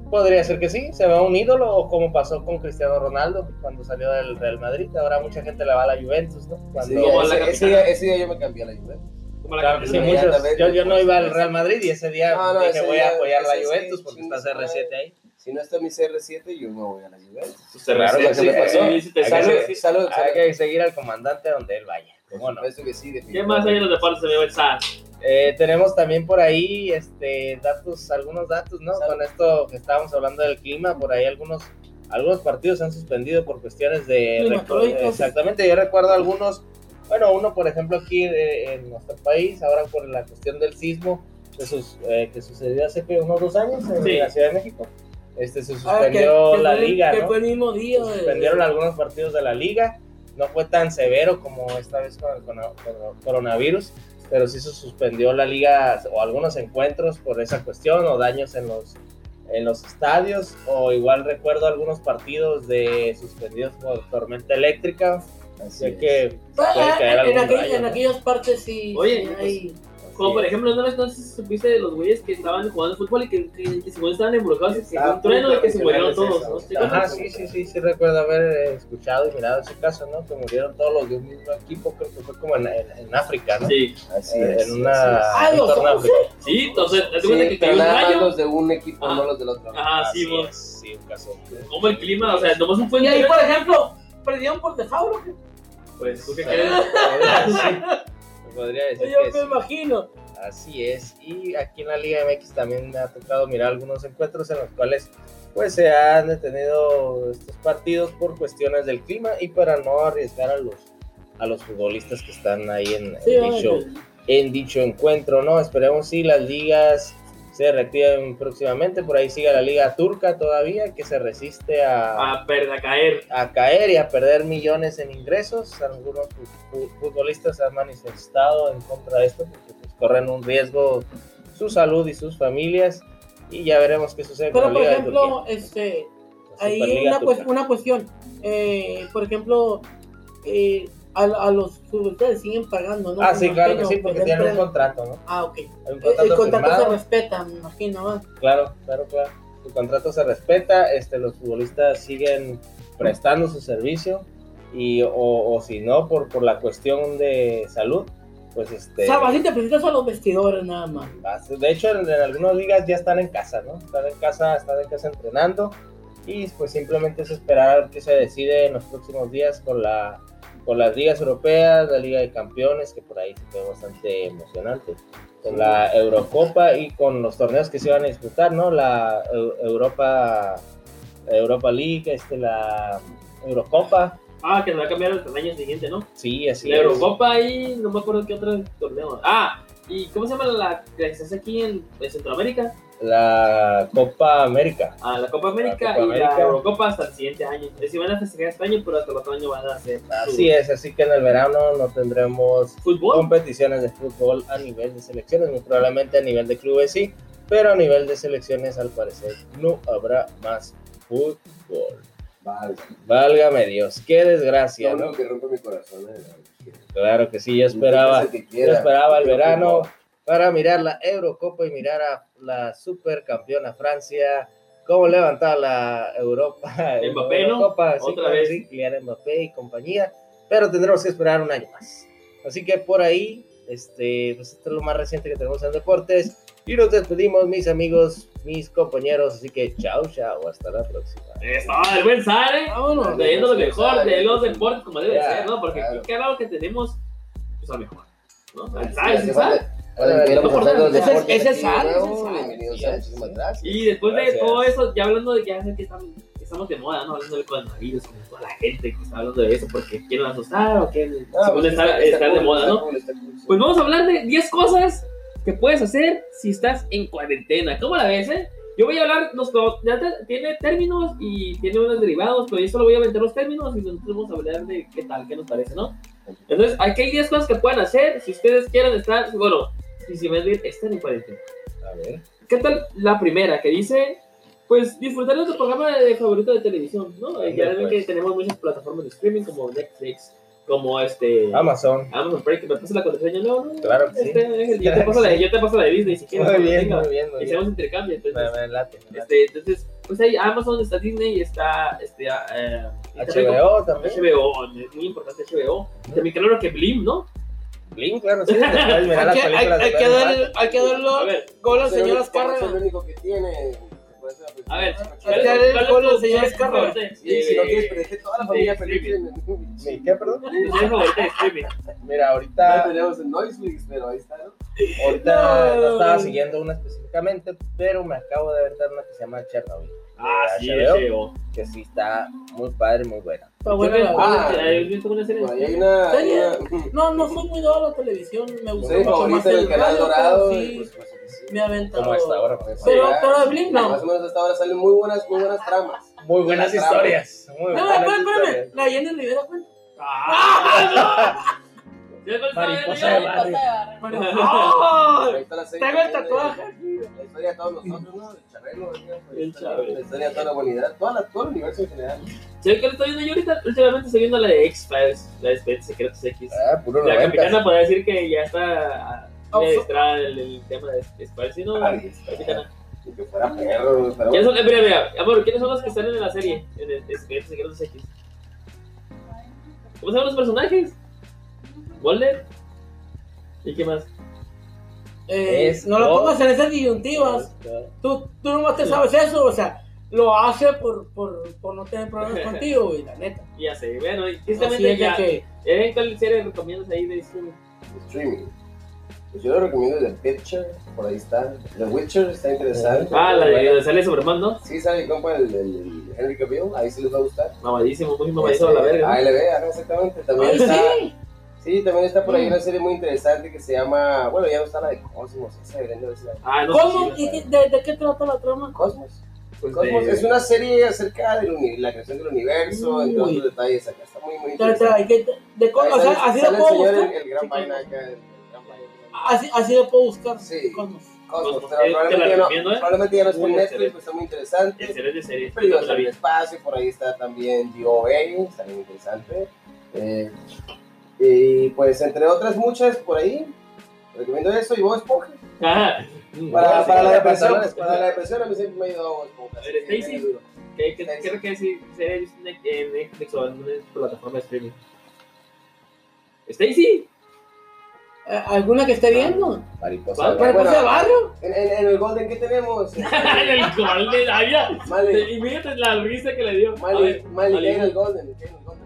Speaker 3: Podría ser que sí, se va un ídolo, o como pasó con Cristiano Ronaldo cuando salió del Real Madrid. Ahora mucha gente le va a la Juventus, ¿no?
Speaker 4: Ese
Speaker 3: Cuando-
Speaker 4: día-
Speaker 1: Como la
Speaker 4: ese- ese
Speaker 1: capitana.
Speaker 4: día- ese día yo me cambié a la Juventus.
Speaker 1: Como la
Speaker 3: Claro que sí,
Speaker 1: campeona.
Speaker 3: muchos.
Speaker 4: Inmediatamente,
Speaker 3: Yo, yo no
Speaker 4: pues,
Speaker 3: iba al
Speaker 4: pues,
Speaker 3: Real Madrid y ese día
Speaker 4: No, no,
Speaker 3: dije
Speaker 4: ese
Speaker 3: voy
Speaker 4: día-
Speaker 3: a apoyar la
Speaker 4: ese sí,
Speaker 3: Juventus porque está
Speaker 4: chingas,
Speaker 3: CR7 ahí.
Speaker 4: Si no está mi CR7, yo me voy a la Juventus.
Speaker 3: Claro
Speaker 4: Eso
Speaker 3: que
Speaker 4: es lo que
Speaker 3: sí,
Speaker 4: me pasó.
Speaker 3: eh,
Speaker 1: Pues Sí, sí, te
Speaker 3: hay que
Speaker 1: sale.
Speaker 3: ser-
Speaker 4: Salud, salud,
Speaker 3: Hay
Speaker 4: salud.
Speaker 3: que seguir al comandante donde él vaya. ¿Cómo
Speaker 4: Por
Speaker 3: no?
Speaker 4: supuesto que sí,
Speaker 1: ¿Qué más hay en los deportes, amigo? El SAS.
Speaker 3: Eh, tenemos también por ahí este datos, algunos datos, ¿no?
Speaker 4: Salud.
Speaker 3: Con esto que estábamos hablando del clima, por ahí algunos algunos partidos se han suspendido por cuestiones de
Speaker 2: Climatológicas.
Speaker 3: exactamente. Yo recuerdo algunos, bueno, uno por ejemplo aquí eh, en nuestro país, ahora por la cuestión del sismo que, sus- eh, que sucedió hace que unos dos años en
Speaker 1: Sí.
Speaker 3: la Ciudad de México. Este se
Speaker 2: Ah, que-
Speaker 3: suspendió
Speaker 2: que
Speaker 3: la
Speaker 2: fue el-
Speaker 3: liga,
Speaker 2: Que
Speaker 3: ¿no?
Speaker 2: fue el mismo día. de-
Speaker 3: suspendieron algunos partidos de la liga. No fue tan severo como esta vez con el cono- con- coronavirus, pero sí se suspendió la liga o algunos encuentros por esa cuestión o daños en los en los estadios o igual recuerdo algunos partidos de suspendidos por tormenta eléctrica, así que
Speaker 2: Ah,
Speaker 3: puede caer
Speaker 2: en,
Speaker 3: algún
Speaker 2: aquel-
Speaker 3: rayo,
Speaker 2: en
Speaker 3: ¿no?
Speaker 2: aquellas partes sí.
Speaker 1: Oye,
Speaker 2: sí
Speaker 1: pues,
Speaker 2: hay-
Speaker 1: Como por ejemplo, ¿no, no sé si supiste de los güeyes que estaban jugando fútbol y que, que, que según estaban involucrados en
Speaker 4: Ah,
Speaker 1: un trueno y que se
Speaker 4: puta,
Speaker 1: murieron
Speaker 4: es
Speaker 1: todos.
Speaker 4: eso.
Speaker 1: ¿no? ¿Sí,
Speaker 3: Ajá,
Speaker 1: cuántos?
Speaker 3: sí, sí, sí, sí, recuerdo haber eh, escuchado y mirado ese caso, ¿no? Que murieron todos los de un mismo equipo, creo que fue como en, en- en África, ¿no?
Speaker 1: Sí,
Speaker 4: Así
Speaker 3: Eh,
Speaker 4: es.
Speaker 3: en una...
Speaker 2: Ah,
Speaker 3: en
Speaker 2: los
Speaker 3: torno a
Speaker 2: once.
Speaker 3: África.
Speaker 1: sí, entonces, te das
Speaker 4: Sí,
Speaker 1: cuenta que
Speaker 4: pero
Speaker 1: cayó un
Speaker 4: nada más
Speaker 1: rayo.
Speaker 4: los de un equipo,
Speaker 1: Ah.
Speaker 4: no los del otro.
Speaker 1: Ajá, sí, vos.
Speaker 3: es, sí, un caso.
Speaker 1: Como el clima, o sea, nomás un
Speaker 2: Pues, Y ahí,
Speaker 1: puente.
Speaker 2: por ejemplo, perdieron por desahogo.
Speaker 1: Pues, ¿tú qué
Speaker 3: Sí.
Speaker 1: crees?
Speaker 3: Podría, sí, podría decir
Speaker 2: Yo
Speaker 3: que
Speaker 2: me
Speaker 3: sí.
Speaker 2: imagino.
Speaker 3: Así es. Y aquí en la Liga MX también me ha tocado mirar algunos encuentros en los cuales pues se han detenido estos partidos por cuestiones del clima y para no arriesgar a los a los futbolistas que están ahí en, en
Speaker 2: Sí,
Speaker 3: dicho, en dicho encuentro, ¿no? Esperemos si las ligas se retiran próximamente. Por ahí sigue la Liga Turca todavía, que se resiste
Speaker 1: A perder, a caer.
Speaker 3: a caer y a perder millones en ingresos. Algunos fu- fu- futbolistas se han manifestado en contra de esto porque pues, corren un riesgo su salud y sus familias. Y ya veremos qué sucede
Speaker 2: Pero
Speaker 3: con la
Speaker 2: por
Speaker 3: Liga de Turquía.
Speaker 2: ejemplo, este,
Speaker 3: La
Speaker 2: ahí
Speaker 3: Superliga
Speaker 2: una, pues,
Speaker 3: Turca.
Speaker 2: una cuestión. Eh, por ejemplo, eh, a, a los ustedes siguen pagando, ¿no?
Speaker 3: Ah,
Speaker 2: Me
Speaker 3: sí, claro que
Speaker 2: imagino
Speaker 3: sí, porque
Speaker 2: les
Speaker 3: tienen un
Speaker 2: prenden.
Speaker 3: contrato, ¿no?
Speaker 2: Ah, ok.
Speaker 3: Hay un
Speaker 2: El, el
Speaker 3: contrato
Speaker 2: contrato se
Speaker 3: firmado.
Speaker 2: respeta, me imagino. ¿va?
Speaker 3: Claro, claro, claro. Su contrato se respeta, este, los futbolistas siguen prestando su servicio y o, o si no, por, por la cuestión de salud, pues este...
Speaker 2: O sea, vas y te presentas a los vestidores nada más.
Speaker 3: De hecho, en, en algunas ligas ya están en casa, ¿no? Están en casa, están en casa entrenando y pues simplemente es esperar a ver qué se decide en los próximos días con la con las ligas europeas, la Liga de Campeones, que por ahí se fue bastante emocionante, con la Eurocopa y con los torneos que se van a disputar, ¿no? La Eu- Europa Europa League, este la Eurocopa,
Speaker 1: Ah, que se va a cambiar hasta el año siguiente, ¿no?
Speaker 3: sí, así
Speaker 1: la
Speaker 3: es.
Speaker 1: Eurocopa y no me acuerdo qué otro torneo. Ah, ¿y cómo se llama la que se hace aquí en, en Centroamérica?
Speaker 3: La Copa América.
Speaker 1: Ah, la Copa América
Speaker 3: La Copa
Speaker 1: y la
Speaker 3: América.
Speaker 1: Eurocopa hasta el siguiente año. Es decir, van a festejar este año, pero hasta el otro año van a hacer
Speaker 3: Así es, así que en el verano no tendremos
Speaker 1: fútbol.
Speaker 3: competiciones de fútbol a nivel de selecciones, muy probablemente a nivel de clubes sí, pero a nivel de selecciones al parecer no habrá más fútbol.
Speaker 4: Vale.
Speaker 3: Válgame Dios, qué desgracia,
Speaker 4: Lo
Speaker 3: ¿no?
Speaker 4: único que rompe mi corazón. eh.
Speaker 3: Claro que sí, yo esperaba,
Speaker 4: Que
Speaker 3: yo
Speaker 4: quiera.
Speaker 3: esperaba el
Speaker 4: Pero
Speaker 3: verano
Speaker 4: no.
Speaker 3: para mirar la Eurocopa y mirar a la supercampeona Francia, cómo levantaba la Europa,
Speaker 1: Mbappé, ¿no?
Speaker 3: Eurocopa, sí,
Speaker 1: Otra
Speaker 3: claro,
Speaker 1: vez.
Speaker 3: sí, Kylian Mbappé y compañía, pero tendremos que esperar un año más. Así que por ahí, este, pues esto es lo más reciente que tenemos en deportes y nos despedimos, mis amigos, mis compañeros, así que chao, chao, hasta la próxima.
Speaker 1: Estaba el buen Sare.
Speaker 2: Vámonos.
Speaker 1: Leyendo lo mejor de los deportes como debe
Speaker 4: Ya,
Speaker 1: ser, ¿no? Porque
Speaker 4: claro.
Speaker 1: aquí claro que tenemos, pues al mejor. ¿no? O sea,
Speaker 4: Sí,
Speaker 1: ¿sabes?
Speaker 4: hace
Speaker 1: ¿sabes?
Speaker 4: falta. Ahora que éramos
Speaker 1: No,
Speaker 4: hablando de
Speaker 2: ese-
Speaker 4: deportes
Speaker 2: ese
Speaker 4: aquí
Speaker 2: es
Speaker 4: de
Speaker 2: Sal,
Speaker 4: nuevo,
Speaker 2: ese es Sal.
Speaker 4: Bienvenidos
Speaker 3: Sí,
Speaker 4: a
Speaker 3: sí.
Speaker 4: Muchísimas Gracias.
Speaker 1: Y después de
Speaker 3: Gracias.
Speaker 1: todo eso, ya hablando de que ya sé que estamos, que estamos de moda, ¿no? Hablando del coronavirus, como toda la gente que está hablando de eso, porque quieren asustar o quieren
Speaker 4: No,
Speaker 1: según
Speaker 4: pues,
Speaker 1: estar,
Speaker 4: está-
Speaker 1: estar
Speaker 4: está
Speaker 1: de
Speaker 4: cool,
Speaker 1: moda,
Speaker 4: está
Speaker 1: ¿no?
Speaker 4: cool, está cool, sí.
Speaker 1: Pues vamos a hablar de 10 cosas que puedes hacer si estás en cuarentena. ¿Cómo la ves, eh? Yo voy a hablar, los, los- ya te- tiene términos y tiene unos derivados, pero yo solo voy a meter los términos y nosotros vamos a hablar de qué tal, qué nos parece, ¿no? Entonces, aquí hay 10 cosas que pueden hacer si ustedes quieren estar, bueno, y si ven bien, están en cuarentena.
Speaker 6: A ver.
Speaker 1: ¿Qué tal la primera que dice? Pues disfrutar de tu programa de favorito de televisión, ¿no? Eh, Ya
Speaker 6: Ándale,
Speaker 1: ven
Speaker 6: pues.
Speaker 1: que tenemos muchas plataformas de streaming como Netflix, como este...
Speaker 3: Ah,
Speaker 6: Amazon.
Speaker 1: Amazon Prime, que me pasa la contraseña, no, no.
Speaker 6: Claro que sí.
Speaker 1: este, déjale, yo, te paso la, yo te paso la de Disney si quieres.
Speaker 6: Muy
Speaker 1: cuando
Speaker 6: bien,
Speaker 1: tenga.
Speaker 6: muy bien, muy bien.
Speaker 1: Hicimos intercambio, entonces...
Speaker 6: Me, me late, me late.
Speaker 1: Este, entonces, pues hay Amazon, está Disney, está este, ah, eh, HBO.
Speaker 6: HBO también.
Speaker 1: HBO, es muy importante HBO. También claro que Blim, ¿no?
Speaker 6: Blim, claro, sí. Puedes mirar las
Speaker 2: Hay que, hay,
Speaker 6: películas.
Speaker 2: hay
Speaker 6: de
Speaker 2: que
Speaker 6: Batman.
Speaker 2: darle- hay que
Speaker 1: A
Speaker 2: darle
Speaker 1: ver,
Speaker 2: gol al
Speaker 4: Es el
Speaker 2: señor
Speaker 4: único- Es el
Speaker 2: Azcárraga.
Speaker 4: único que tiene. Por eso, pues,
Speaker 1: a ver.
Speaker 2: Hay que darle el gol al señor Azcárraga.
Speaker 4: Y si no quieres
Speaker 1: Sí,
Speaker 4: perder toda la familia
Speaker 1: Sí,
Speaker 4: feliz en
Speaker 6: Sí, ¿Qué, perdón?
Speaker 1: favorita de streaming.
Speaker 6: Mira,
Speaker 4: No
Speaker 6: ahorita,
Speaker 4: tenemos en Noisewix, pero ahí está, ¿no?
Speaker 6: ahorita
Speaker 2: No.
Speaker 6: no estaba siguiendo una específicamente, pero me acabo de aventar una que se llama Chernobyl.
Speaker 1: Ah, sí,
Speaker 6: HBO.
Speaker 1: HBO.
Speaker 6: que sí está muy padre, muy buena.
Speaker 2: Pero
Speaker 1: Yo
Speaker 2: bueno,
Speaker 1: me-
Speaker 4: ah,
Speaker 1: ¿Has visto una serie?
Speaker 4: Por ahí hay una.
Speaker 2: ¿Serie?
Speaker 4: una-
Speaker 2: No, no soy muy dado a la televisión. Me gusta
Speaker 4: serie
Speaker 2: mucho más
Speaker 4: favorita del
Speaker 2: el
Speaker 4: canal
Speaker 2: radio,
Speaker 4: dorado.
Speaker 2: pero
Speaker 4: y,
Speaker 2: sí,
Speaker 4: pues, pues, sí.
Speaker 2: me ha aventado.
Speaker 6: Como esta ahora. pues.
Speaker 2: Pero,
Speaker 4: Sí,
Speaker 2: pero
Speaker 4: ah,
Speaker 2: Blim no.
Speaker 4: Más o menos hasta ahora salen muy buenas, muy buenas tramas.
Speaker 6: Muy buenas
Speaker 4: Buena
Speaker 6: historias. Muy
Speaker 2: No,
Speaker 6: buenas
Speaker 2: espérame, espérame.
Speaker 6: historias.
Speaker 2: La Jenny Rivera pues, cuenta.
Speaker 1: ¡Ah, no! ¿Ya cuál
Speaker 6: Mariposa
Speaker 1: estaba
Speaker 6: de
Speaker 1: viendo
Speaker 6: mar.
Speaker 2: Bueno, ¡ah!
Speaker 4: Ahí está la serie
Speaker 2: Tengo el
Speaker 4: también,
Speaker 2: tatuaje
Speaker 4: eh,
Speaker 2: aquí.
Speaker 4: La historia de todos nosotros, ¿no? El charrelo, ¿no?
Speaker 1: El Chabelo.
Speaker 4: La historia de toda la humanidad, toda la- todo el universo en general.
Speaker 1: yo? ¿Sabes cuál estoy viendo yo ahorita? Últimamente estoy viendo la de X-Files, la de Expedientes Secretos X.
Speaker 6: Ah, puro
Speaker 1: La
Speaker 6: noventas.
Speaker 1: capitana podría decir que ya está
Speaker 2: Ah,
Speaker 1: eh,
Speaker 2: sí.
Speaker 1: está el, el tema de Spice, ¿sí, ¿no?
Speaker 4: Ay, está.
Speaker 1: Capitana.
Speaker 4: Y que fuera perro, pero
Speaker 1: ¿Quiénes
Speaker 4: bueno.
Speaker 1: son, eh, mira, mira, amor, ¿quiénes son los que están en la serie? En el- en Secretos Secretos X. ¿Cómo se llaman los personajes? ¿Mulder? ¿Y qué más?
Speaker 2: Eh,
Speaker 6: Es
Speaker 2: no lo
Speaker 6: todo.
Speaker 2: pongas en esas disyuntivas. Tú, tú nomás te sabes eso. O sea, lo hace por, por, por no tener problemas contigo, güey, la neta.
Speaker 1: Ya sé, bueno, y
Speaker 2: Así
Speaker 1: justamente
Speaker 2: es de
Speaker 1: ya.
Speaker 2: que.
Speaker 1: ¿eh, ¿Cuál serie recomiendas ahí de streaming?
Speaker 4: streaming. Pues yo lo recomiendo The Pitcher, por ahí está. The Witcher está interesante.
Speaker 1: Ah, la de donde sale Superman, ¿no?
Speaker 4: Sí, sale compa el, el Henry Cavill, ahí sí les va a gustar.
Speaker 1: Mamadísimo, muy mamadísimo a la
Speaker 4: Este,
Speaker 1: verga. ¿no? Ah,
Speaker 4: ALB, ajá, exactamente. También
Speaker 2: ¡Ay,
Speaker 4: está, sí.
Speaker 2: sí!
Speaker 4: también está por ahí
Speaker 1: Mm.
Speaker 4: una serie muy interesante que se llama, bueno, ya no está la de Cosmos, esa deberían de haber sido la de
Speaker 1: Ah, no sé
Speaker 2: ¿Cómo?
Speaker 1: si-
Speaker 2: ¿Y qué- ¿De, de qué trata la trama?
Speaker 4: Cosmos.
Speaker 1: pues,
Speaker 4: Cosmos
Speaker 1: de-
Speaker 4: es una serie acerca de la creación del universo, entre
Speaker 2: Uy.
Speaker 4: otros detalles acá. Está muy, muy
Speaker 2: Tra-
Speaker 4: interesante.
Speaker 2: tra- ¿qué- de co-
Speaker 4: Ahí
Speaker 2: o
Speaker 4: sale-
Speaker 2: sea, así
Speaker 4: sale
Speaker 2: lo
Speaker 4: el
Speaker 2: puedo
Speaker 4: señor, el,
Speaker 2: buscar.
Speaker 4: el gran vaina acá, el, el gran vaina.
Speaker 2: Así, así lo puedo buscar.
Speaker 4: Sí.
Speaker 2: Cosmos.
Speaker 4: Cosmos,
Speaker 1: Cosmos,
Speaker 4: pero
Speaker 1: Ah. eh, te la
Speaker 4: probablemente ya, no,
Speaker 1: recomiendo, ¿eh?
Speaker 4: probablemente ya no es por
Speaker 1: Muy
Speaker 4: Netflix,
Speaker 1: excelente.
Speaker 4: pues está muy interesante.
Speaker 1: Excelente serie.
Speaker 4: Peligroso
Speaker 1: la
Speaker 4: en el
Speaker 1: vi.
Speaker 4: espacio, por ahí está también DOA, está bien interesante. Eh, y pues entre otras muchas por ahí, recomiendo eso y Bob Esponja.
Speaker 1: Ajá.
Speaker 4: Para,
Speaker 6: sí,
Speaker 4: para la
Speaker 6: para
Speaker 4: depresión,
Speaker 6: pasar la-
Speaker 4: para la depresión a mí siempre me ha ayudado Bob Esponja.
Speaker 1: A ver,
Speaker 4: así que
Speaker 1: Stacy.
Speaker 4: viene duro.
Speaker 1: ¿Qué, qué, qué creo que sí, sería en eh, Netflix o en una plataforma de streaming? ¿Stacy?
Speaker 2: Eh, ¿Alguna que esté viendo?
Speaker 6: Mariposa. de mar.
Speaker 1: ¿Cuál?
Speaker 2: ¿Para
Speaker 4: Bueno.
Speaker 2: de barrio?
Speaker 4: En, en- en el Golden, ¿qué tenemos?
Speaker 1: en el gol de Daria.
Speaker 4: Mali,
Speaker 1: Y fíjate la risa que le dio. A
Speaker 4: Mali,
Speaker 1: ver,
Speaker 4: Mali,
Speaker 1: Mali.
Speaker 4: ¿qué hay en el Golden? ¿Qué hay en el Golden?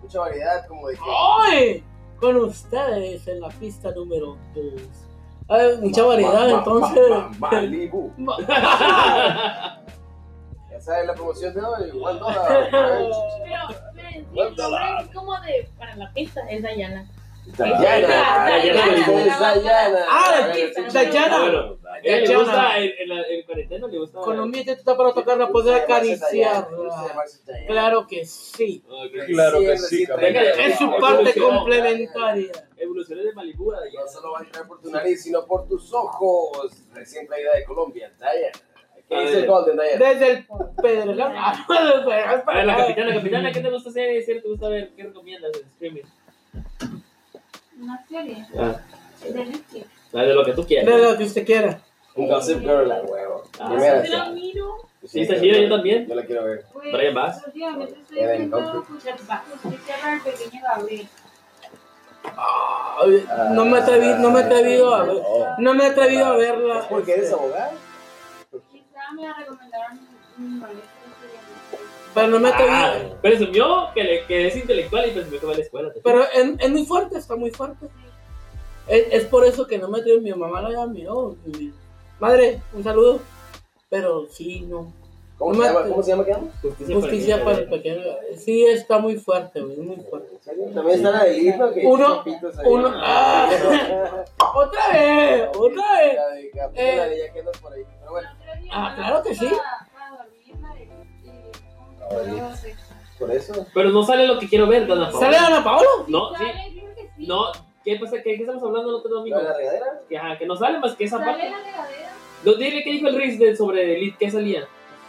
Speaker 4: Mucha variedad, como de que...
Speaker 2: ¡Ay! Con ustedes en la pista número 2. mucha variedad, entonces.
Speaker 4: Malibu. Ya sabes, la promoción de hoy, one dollar.
Speaker 5: Pero, me el nombre es como de. Para la pista es Dayana.
Speaker 4: Dayana,
Speaker 5: Dayana.
Speaker 4: Dayana.
Speaker 2: Ah, Dayana.
Speaker 1: Bueno, a ella le gusta el, el, el cuarentena, le gusta.
Speaker 2: Con un billete está para tocarla, poder acariciarla. pues, Claro que sí.
Speaker 6: Claro que sí,
Speaker 2: Es su parte
Speaker 1: Evolución.
Speaker 2: complementaria.
Speaker 1: Evoluciones de Malibu a Dayana.
Speaker 4: No solo va a entrar por tu nariz, sino por tus ojos. Recién traída de Colombia, Dayana.
Speaker 2: Ah,
Speaker 4: ¿Qué dice el Golden Dayana?
Speaker 2: Desde el Pedregal. Ah, pues,
Speaker 1: A ver, la capitana, capitana, ¿qué te gusta hacer? ¿Es cierto? ¿Te gusta ver? ¿Qué recomiendas en streaming?
Speaker 5: Una serie
Speaker 1: Ah,
Speaker 5: de Netflix.
Speaker 1: de lo que tú
Speaker 2: De
Speaker 1: quieras.
Speaker 2: lo que usted quiera.
Speaker 4: Un Gossip Girl, la huevo.
Speaker 1: Ah,
Speaker 4: Primera
Speaker 5: Yo la
Speaker 4: escena.
Speaker 5: miro.
Speaker 1: Sí, está chido, yo también.
Speaker 4: Yo la quiero ver.
Speaker 5: Pues,
Speaker 1: Brian Bass.
Speaker 5: Últimamente estoy
Speaker 4: Evan
Speaker 5: viendo
Speaker 4: Cockrum.
Speaker 5: escuchar bajos que cierra el pequeño Gabriel.
Speaker 2: Ay, No me atreví, no me he atrevido a ver. No me he atrevido a verla.
Speaker 4: Oh. ¿Es porque eres abogado?
Speaker 5: Quizá me la recomendaron mi maestro.
Speaker 2: Pero no me he atrevido.
Speaker 1: Ah, presumió que, le, que es intelectual y presumió que va a la escuela. te
Speaker 2: Pero es, es muy fuerte, está muy fuerte. Es, es por eso que no me atrevo, mi mamá la había mirado. mi- Madre, un saludo. Pero sí, no.
Speaker 4: ¿Cómo se llama? ¿Cómo se llama? ¿Qué llama?
Speaker 2: Justicia para el pequeño. Sí, está muy fuerte, güey, muy fuerte.
Speaker 4: ¿En serio? También está la del himno que
Speaker 2: Uno,
Speaker 4: hizo pitos ahí.
Speaker 2: uno, ah. ¡Otra vez! ¡Otra vez! eh,
Speaker 4: La de Capitana, ya que andas por ahí. Pero bueno.
Speaker 5: Pero dormía.
Speaker 2: Ah,
Speaker 5: no la
Speaker 2: claro que
Speaker 5: uso
Speaker 2: sí.
Speaker 5: Para, para dormir, la de- eh, y-
Speaker 4: Ahorita.
Speaker 5: no sé.
Speaker 4: Por eso.
Speaker 1: Pero no sale lo que quiero ver, Dana Paola.
Speaker 2: ¿Sale Ana Paola?
Speaker 1: No, sí.
Speaker 5: Sale, yo creo que sí.
Speaker 1: No, ¿qué pasa? ¿Qué, qué estamos hablando el otro domingo?
Speaker 4: ¿No la regadera?
Speaker 1: Que, ajá, que no sale más que esa
Speaker 5: Sale
Speaker 1: parte.
Speaker 5: la regadera.
Speaker 1: No, dile qué dijo el Riz de- sobre Elite, ¿qué salía?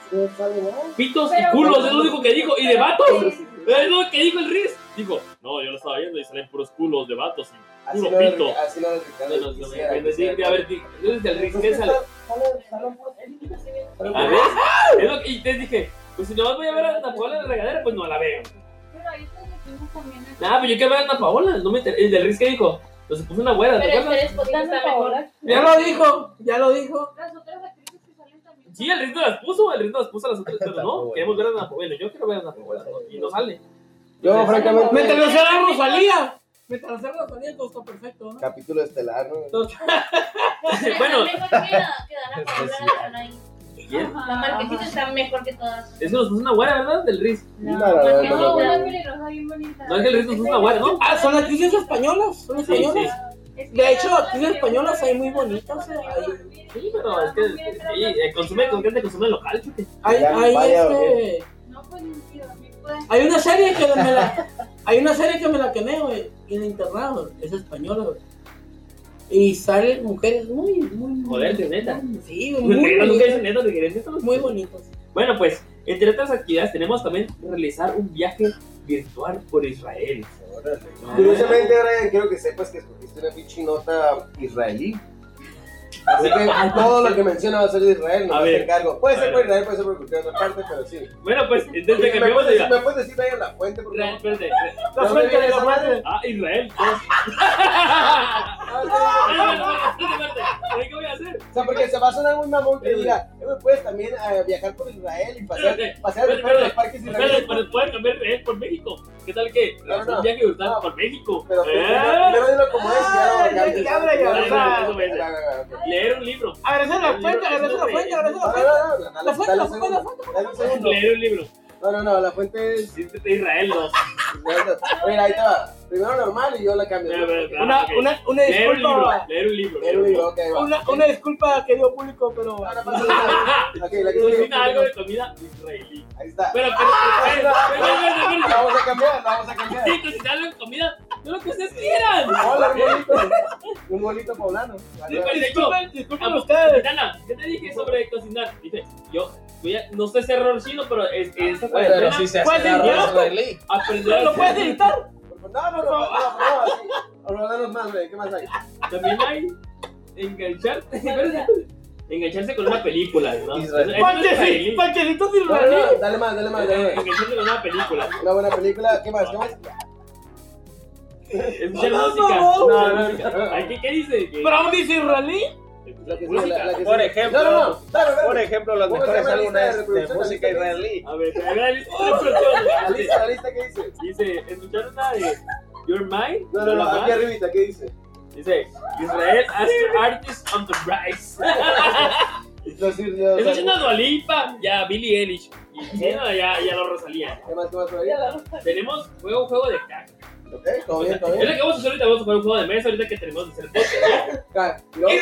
Speaker 4: No sale nada.
Speaker 1: Pitos
Speaker 5: Pero-
Speaker 1: y culos, es lo único que dijo. ¿Y de vatos?
Speaker 5: Sí, sí, sí.
Speaker 1: Es lo que dijo el Riz. Dijo, no, yo lo estaba viendo y salen puros culos de vatos y
Speaker 4: Así
Speaker 1: puro
Speaker 4: no
Speaker 1: pito.
Speaker 4: lo Así no lo
Speaker 1: No, no, no, me- me decía, a ver, di- dices el
Speaker 4: Pues
Speaker 1: Riz, ¿qué sale? A ver, es lo que- y te dije, pues si no voy a ver a Ana Paola en la regadera, pues no la veo.
Speaker 5: Pero ahí está que fuimos también a-
Speaker 1: Nada, Ah, pero yo quiero ver a Ana Paola, no me interesa. El del Riz que dijo, pues se puso una güera, ¿te
Speaker 7: Pero el
Speaker 1: acuerdas?
Speaker 7: tres podcast está mejor.
Speaker 2: Ya lo dijo, ya lo dijo.
Speaker 5: Las otras actrices que salen también.
Speaker 1: Sí, el Riz no las puso, el Riz no las puso a las otras, pero no,
Speaker 4: Tampoco,
Speaker 1: queremos ver a Ana Paola. Yo quiero ver a Ana Paola ¿no? y no sale.
Speaker 4: Yo,
Speaker 1: Entonces,
Speaker 4: francamente.
Speaker 2: Mientras no sea la Rosalía. Mientras no sea la Rosalía, todo está perfecto, ¿no?
Speaker 4: Capítulo estelar, ¿no?
Speaker 2: Entonces,
Speaker 1: Bueno.
Speaker 7: Mejor que la- que Dana Paola, la dejaron ahí.
Speaker 1: bien.
Speaker 7: La marquesita está mejor que todas.
Speaker 1: Es que nos puso una güera, ¿verdad? Del Riz.
Speaker 7: La
Speaker 4: Claro,
Speaker 7: marquesita-
Speaker 5: Ah, No,
Speaker 4: no,
Speaker 5: una pelirroja bien bonita.
Speaker 1: No es que el Riz nos puso una güera, ¿no?
Speaker 2: Ah, son actrices españolas, son
Speaker 1: Sí, sí.
Speaker 2: españolas. De hecho, actrices españolas hay muy bonitas. eh, Hay,
Speaker 1: Sí, pero es que sí, eh, consume, con gente consume local, chuque.
Speaker 2: hay,
Speaker 4: Ya,
Speaker 2: hay,
Speaker 4: vaya,
Speaker 2: este,
Speaker 5: No, pues ni siquiera, pues. ni puedes.
Speaker 2: hay una serie que me la, hay una serie que me la quemé, güey, en internado, es española, güey. Y salen mujeres muy, muy, muy
Speaker 1: Joder, de neta.
Speaker 2: Sí,
Speaker 1: Neta,
Speaker 2: muy,
Speaker 1: Nunca
Speaker 2: bonitas,
Speaker 1: dicen neta, te querían neta, los-
Speaker 2: muy bonitas.
Speaker 1: Bueno, pues, entre otras actividades tenemos también realizar un viaje virtual por Israel.
Speaker 4: Curiosamente, Brian, quiero que sepas que escogiste una pinche nota israelí. Así que todo lo que menciona va a ser de Israel, no
Speaker 1: Ah, A
Speaker 4: me
Speaker 1: ver.
Speaker 4: encargo. Puede
Speaker 1: A
Speaker 4: ser
Speaker 1: ver.
Speaker 4: por Israel, puede ser por cualquier otra parte, pero sí.
Speaker 1: Bueno, pues,
Speaker 4: ¿Me
Speaker 1: desde que vimos
Speaker 4: puedes decir-
Speaker 1: allá.
Speaker 4: ¿Me puedes decir, Brian, la fuente, por favor?
Speaker 1: Espérate.
Speaker 4: ¿De dónde viene esa madre?
Speaker 1: Ah, Israel.
Speaker 4: Ah,
Speaker 1: Espérate, espérate, espérate. ¿Qué voy a hacer?
Speaker 4: sí. O sea, porque se va a sonar un mamón que diga, eh, güey, puedes también eh, viajar por Israel y pasear,
Speaker 1: Espérate.
Speaker 4: pasear
Speaker 1: Espérate,
Speaker 4: por los
Speaker 1: espérate.
Speaker 4: parques
Speaker 1: Espérate,
Speaker 4: israelíes.
Speaker 1: pero pueden cambiar Israel por México. ¿Qué tal que
Speaker 4: No, no,
Speaker 1: un viaje virtual por México?
Speaker 4: Pero primero
Speaker 1: ¿Eh?
Speaker 4: primero dilo como es,
Speaker 2: Ah,
Speaker 4: ya
Speaker 2: ya, ya, Brian,
Speaker 1: o sea.
Speaker 4: no, no,
Speaker 1: Leer un libro.
Speaker 2: Agradecer la fuente, agradecer la fuente, agradecer la fuente.
Speaker 4: no,
Speaker 2: La fuente,
Speaker 4: dale
Speaker 2: la fuente, la
Speaker 4: un segundo,
Speaker 2: fuente.
Speaker 4: dale un segundo.
Speaker 1: Leer un libro.
Speaker 4: No, no, no, la fuente es
Speaker 1: De Israel, no.
Speaker 4: Mira, ahí te va. Primero normal y yo la cambio.
Speaker 1: Mira, mira, mira.
Speaker 2: Una, una, una
Speaker 1: Leer un libro.
Speaker 2: disculpa,
Speaker 1: Leer un libro.
Speaker 4: Pero digo, ok, va.
Speaker 2: una, una disculpa querido público, pero
Speaker 4: Ahora pasa la- Ok, la que sigue.
Speaker 1: Cocina algo de comida israelí.
Speaker 4: Ahí está.
Speaker 1: Pero, pero, pero, pero, pero, pero,
Speaker 4: La vamos a cambiar, la vamos a cambiar.
Speaker 1: Sí, cocinar algo de comida, no lo que ustedes quieran.
Speaker 4: Hola, un bolito. Un bolito poblano.
Speaker 1: Sí,
Speaker 2: pues,
Speaker 1: pero de hecho,
Speaker 2: disculpen, disculpen
Speaker 1: vamos,
Speaker 2: ustedes.
Speaker 1: Dana, ¿qué te dije sobre cocinar? Dije, yo voy a, no sé si error chino, pero es, esta
Speaker 3: Pero
Speaker 1: cuarentena
Speaker 3: sí se
Speaker 2: ¿Cuál
Speaker 3: hace la
Speaker 2: es el
Speaker 3: raza
Speaker 2: otro?
Speaker 3: israelí.
Speaker 1: aprender a
Speaker 2: ¿Lo
Speaker 1: hacer-
Speaker 2: puedes editar?
Speaker 4: No, no, no, no, no, así. Ahora, danos más, güey. ¿Qué más hay?
Speaker 1: También hay engancharse, ¿verdad? engancharse con una película, ¿no?
Speaker 3: Israel.
Speaker 1: Eso es israelí.
Speaker 2: Panchecitos, panchecitos
Speaker 4: No, no, no,
Speaker 2: israelíes.
Speaker 4: Dale más, dale más, dale más.
Speaker 1: Engancharse con una película,
Speaker 4: Una buena película. ¿Qué más? ¿Qué más?
Speaker 1: escuchar
Speaker 2: No, no,
Speaker 1: música.
Speaker 2: no.
Speaker 1: No, no, no. Ay, ¿Qué qué dice? Que-
Speaker 2: Brown dice israelí.
Speaker 4: La que sigue, la- la
Speaker 1: Música.
Speaker 4: que
Speaker 3: Por
Speaker 4: sigue.
Speaker 3: ejemplo,
Speaker 4: No, no, no. Dale,
Speaker 3: Por
Speaker 4: dale.
Speaker 3: ejemplo, los
Speaker 4: ¿Cómo se llama
Speaker 3: mejores
Speaker 4: la lista
Speaker 3: álbumes
Speaker 4: de
Speaker 3: de
Speaker 4: reproducción?
Speaker 3: música
Speaker 4: ¿La lista de-
Speaker 3: israelí.
Speaker 1: A ver, a ver, la lista de reproducciones.
Speaker 4: La lista, la lista, ¿qué dice?
Speaker 1: Dice, escuchar una de Your Mind.
Speaker 4: No, no, no,
Speaker 1: Mamá.
Speaker 4: aquí arribita, ¿qué dice?
Speaker 1: Dice, Israel as the artist on the rise.
Speaker 4: Los irrios.
Speaker 1: Eso es una dualipa. Ya, Billie Eilish. Y
Speaker 2: ¿Eh?
Speaker 1: China ya, ya lo Rosalía.
Speaker 4: ¿Qué más, qué más por ahí?
Speaker 1: Tenemos juego, juego de
Speaker 2: ¿Eh?
Speaker 1: caca.
Speaker 4: Ok, todo
Speaker 1: Es
Speaker 4: bien, todo
Speaker 1: lo
Speaker 4: bien.
Speaker 1: que vamos a hacer ahorita. Vamos a jugar un juego de mesa ahorita que tenemos de hacer podcast.
Speaker 4: Ca- y luego-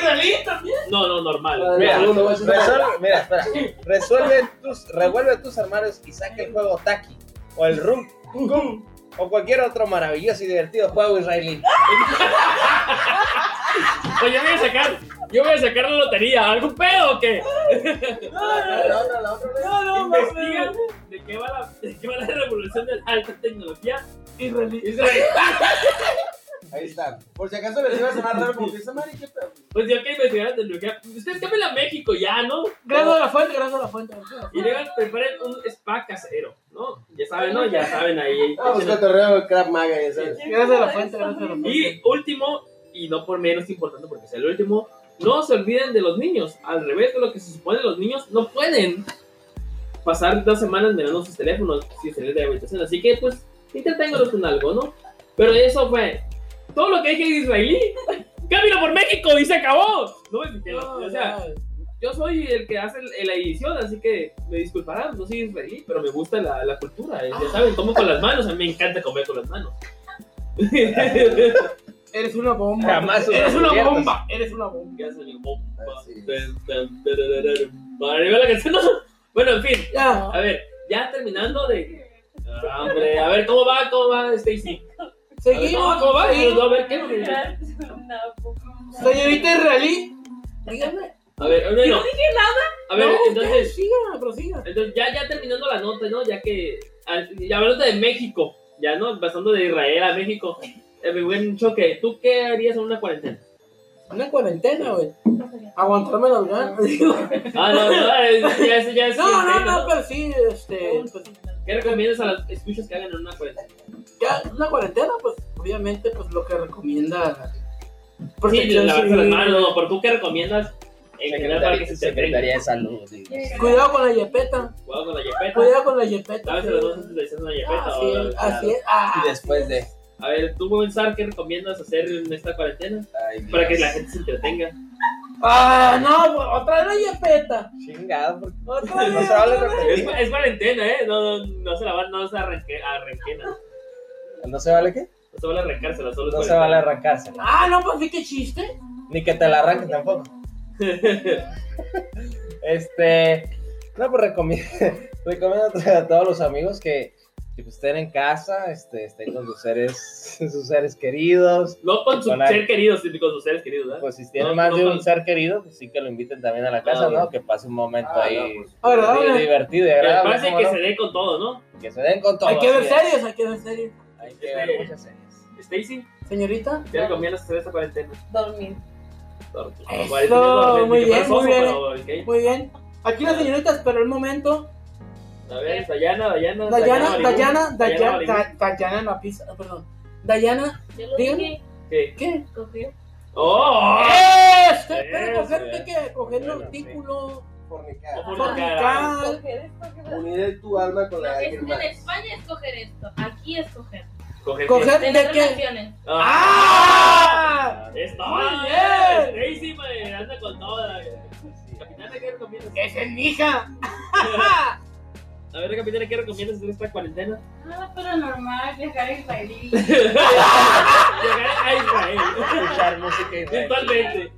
Speaker 1: No, no, normal.
Speaker 4: Ah,
Speaker 1: Mira,
Speaker 4: no, no, no, eso es-
Speaker 3: Resuelve, mira, espera. Resuelve tus, revuelve tus armarios y saca el juego Taki o el Rum Gum o cualquier otro maravilloso y divertido juego israelí.
Speaker 1: Pues yo voy a sacar, yo voy a sacar la lotería. ¿Algún pedo o qué?
Speaker 4: La otra, la otra, la otra.
Speaker 2: No, no, no,
Speaker 1: Investiga de qué va la, de qué va la revolución de la alta tecnología.
Speaker 2: Israelí.
Speaker 1: Israel.
Speaker 4: Ahí está. Por si acaso les iba a sonar raro como que esa madre, ¿qué pedo?
Speaker 1: Pues yo que investigar la tecnología. Ustedes cámbienle a México ya, ¿no?
Speaker 2: Gracias a la fuente, gracias a la fuente. gracias a la
Speaker 1: Y
Speaker 2: fuente.
Speaker 1: luego preparen un spa casero, ¿no? Ya saben,
Speaker 2: Ah,
Speaker 1: ¿no? Ya saben ahí.
Speaker 4: Vamos, cotorreo, crap maga, ya sabes.
Speaker 2: Gracias a la fuente, gracias a la fuente.
Speaker 1: Y último, y no por menos importante porque es el último, no se olviden de los niños. Al revés de lo que se supone, los niños no pueden pasar dos semanas mirando sus teléfonos sin salir de la habitación. Así que, pues, entreténganlos con algo, ¿no? Pero eso fue todo lo que dije de israelí. ¡Cámbialo por México! ¡Y se acabó! No me fijé, o sea, yo soy el que hace el- la edición, así que me disculparán, no soy israelí, pero me gusta la, la cultura. eh, Ya saben, como con las manos, a mí me encanta comer con las manos.
Speaker 2: Eres una bomba.
Speaker 6: Jamás
Speaker 1: Eres una
Speaker 6: descubiertas.
Speaker 1: bomba. Eres una bomba. Ya salió bomba.
Speaker 4: Así es.
Speaker 1: Ven, ven, tarararán. Vale, ve la canción. Bueno, en fin.
Speaker 2: Ya.
Speaker 1: A ver, ya terminando de. Ah, hombre, a ver, ¿cómo va? ¿Cómo va, Stacy?
Speaker 2: Seguimos.
Speaker 1: ¿Cómo, cómo va?
Speaker 2: seguimos.
Speaker 1: A ver, ¿qué?
Speaker 2: Señorita Israelí. Dígame.
Speaker 1: A ver, bueno.
Speaker 7: No dije nada.
Speaker 1: A ver,
Speaker 2: No,
Speaker 1: entonces.
Speaker 2: Siga, prosiga.
Speaker 1: Entonces, ya, ya terminando la nota, ¿no? Ya que, al- y hablando de México, ya, ¿no? Pasando de Israel a México, eh, me buen choque. ¿Tú qué harías en una cuarentena?
Speaker 2: Una cuarentena, güey. Aguantarme la ganas.
Speaker 1: Ah, no, no, eh, ya es, ya es
Speaker 2: No, no,
Speaker 1: cuarentena,
Speaker 2: no,
Speaker 1: ¿no?
Speaker 2: pero sí, este. pues,
Speaker 1: ¿Qué recomiendas a las escuchas que hagan en una cuarentena?
Speaker 2: ya una cuarentena, pues obviamente, pues lo que recomienda.
Speaker 1: Sí,
Speaker 2: protección
Speaker 1: lavarse las
Speaker 2: civil.
Speaker 1: manos, no, pero ¿tú qué recomiendas en general para que se te
Speaker 3: Secretaría
Speaker 1: prenda?
Speaker 3: de Salud. digo.
Speaker 2: Cuidado con la yepeta.
Speaker 1: Cuidado con la yepeta.
Speaker 2: Cuidado con la yepeta. Ah,
Speaker 1: Lávese las manos antes de hacer una yepeta.
Speaker 2: Así
Speaker 1: o-
Speaker 2: es, así es. Ah,
Speaker 4: Y después de.
Speaker 1: A ver, ¿tú, buen Sar, qué recomiendas hacer en esta cuarentena?
Speaker 4: Ay, Dios.
Speaker 1: Para que la gente se entretenga.
Speaker 2: ah, no, pues, otra vez la yepeta.
Speaker 3: Chingado, porque
Speaker 2: Otra vez.
Speaker 3: no se vale
Speaker 2: otra vez.
Speaker 1: Es,
Speaker 3: repetir.
Speaker 1: es cuarentena, ¿eh? No, no, no se la van, no se arranque, arranquena.
Speaker 3: ¿No se vale qué?
Speaker 1: No se vale arrancársela, solo es
Speaker 3: No se
Speaker 1: cuarentena.
Speaker 3: vale arrancársela.
Speaker 2: Ah, no, pues sí, qué chiste.
Speaker 3: Ni que te la arranquen tampoco. Este. No, pues recomiendo, recomiendo a todos los amigos que, que pues, estén en casa, este, estén con sus seres, sus seres queridos.
Speaker 1: No con su
Speaker 3: Con la-
Speaker 1: ser querido, sí, con sus seres queridos, ¿verdad?
Speaker 3: Pues si tienen
Speaker 1: No,
Speaker 3: más
Speaker 1: no,
Speaker 3: de un
Speaker 1: no.
Speaker 3: ser querido, pues sí que lo inviten también a la casa,
Speaker 1: Ah,
Speaker 3: ¿no?
Speaker 1: bueno.
Speaker 3: Que pase un momento
Speaker 4: Ah,
Speaker 3: ahí
Speaker 4: no, pues,
Speaker 2: Agradable.
Speaker 3: di- divertido y
Speaker 1: Que
Speaker 3: agradable.
Speaker 1: pase
Speaker 3: ¿cómo
Speaker 1: que
Speaker 3: no?
Speaker 1: se dé con todo, ¿no?
Speaker 3: Que se den con todo.
Speaker 2: hay que ver
Speaker 3: así es.
Speaker 2: series, hay que ver series.
Speaker 3: Hay que ver muchas series.
Speaker 1: Stacy,
Speaker 2: Señorita.
Speaker 1: ¿qué recomiendas hacer esta cuarentena?
Speaker 7: Dormir.
Speaker 1: Dormir.
Speaker 2: Eso,
Speaker 1: Cuarentena, dormir,
Speaker 2: muy
Speaker 1: que fuera
Speaker 2: bien, muy bien.
Speaker 1: pero, ok.
Speaker 2: Muy bien. Aquí la señorita esperó el momento.
Speaker 1: A ver, Dayana, Dayana.
Speaker 2: Dayana,
Speaker 1: Marimú.
Speaker 2: Dayana, Dayana,
Speaker 1: Marimú.
Speaker 2: Da- Dayana en la pizza, perdón. Dayana,
Speaker 7: Yo lo
Speaker 2: Dígame.
Speaker 7: dije.
Speaker 1: ¿Qué?
Speaker 2: ¿qué?
Speaker 7: Confío.
Speaker 1: ¡Oh!
Speaker 2: Este,
Speaker 1: Eso,
Speaker 2: pero coger,
Speaker 1: este.
Speaker 2: que coger el
Speaker 3: Bueno,
Speaker 2: artículo,
Speaker 4: fornicar.
Speaker 1: Por
Speaker 7: Fornicar.
Speaker 1: cara.
Speaker 2: fornicar,
Speaker 7: Coger
Speaker 5: pues,
Speaker 7: esto que me-
Speaker 4: Unir tu alma con la de
Speaker 7: Es-
Speaker 4: alguien
Speaker 7: En
Speaker 4: más.
Speaker 7: España es coger esto. Aquí es coger.
Speaker 1: Coger.
Speaker 2: coger de
Speaker 7: Tener
Speaker 2: qué.
Speaker 7: relaciones.
Speaker 1: ¡Ah! ¡Está
Speaker 2: Muy
Speaker 1: bien! Stacy, me anda con toda. Capitana, ¿qué recomiendas?
Speaker 2: Esa es mi hija.
Speaker 1: A ver, capitana, ¿qué recomiendas hacer esta cuarentena?
Speaker 5: Nada paranormal, viajar en Israelí.
Speaker 1: Llegar a Israel.
Speaker 3: Escuchar música y reír.
Speaker 1: Virtualmente.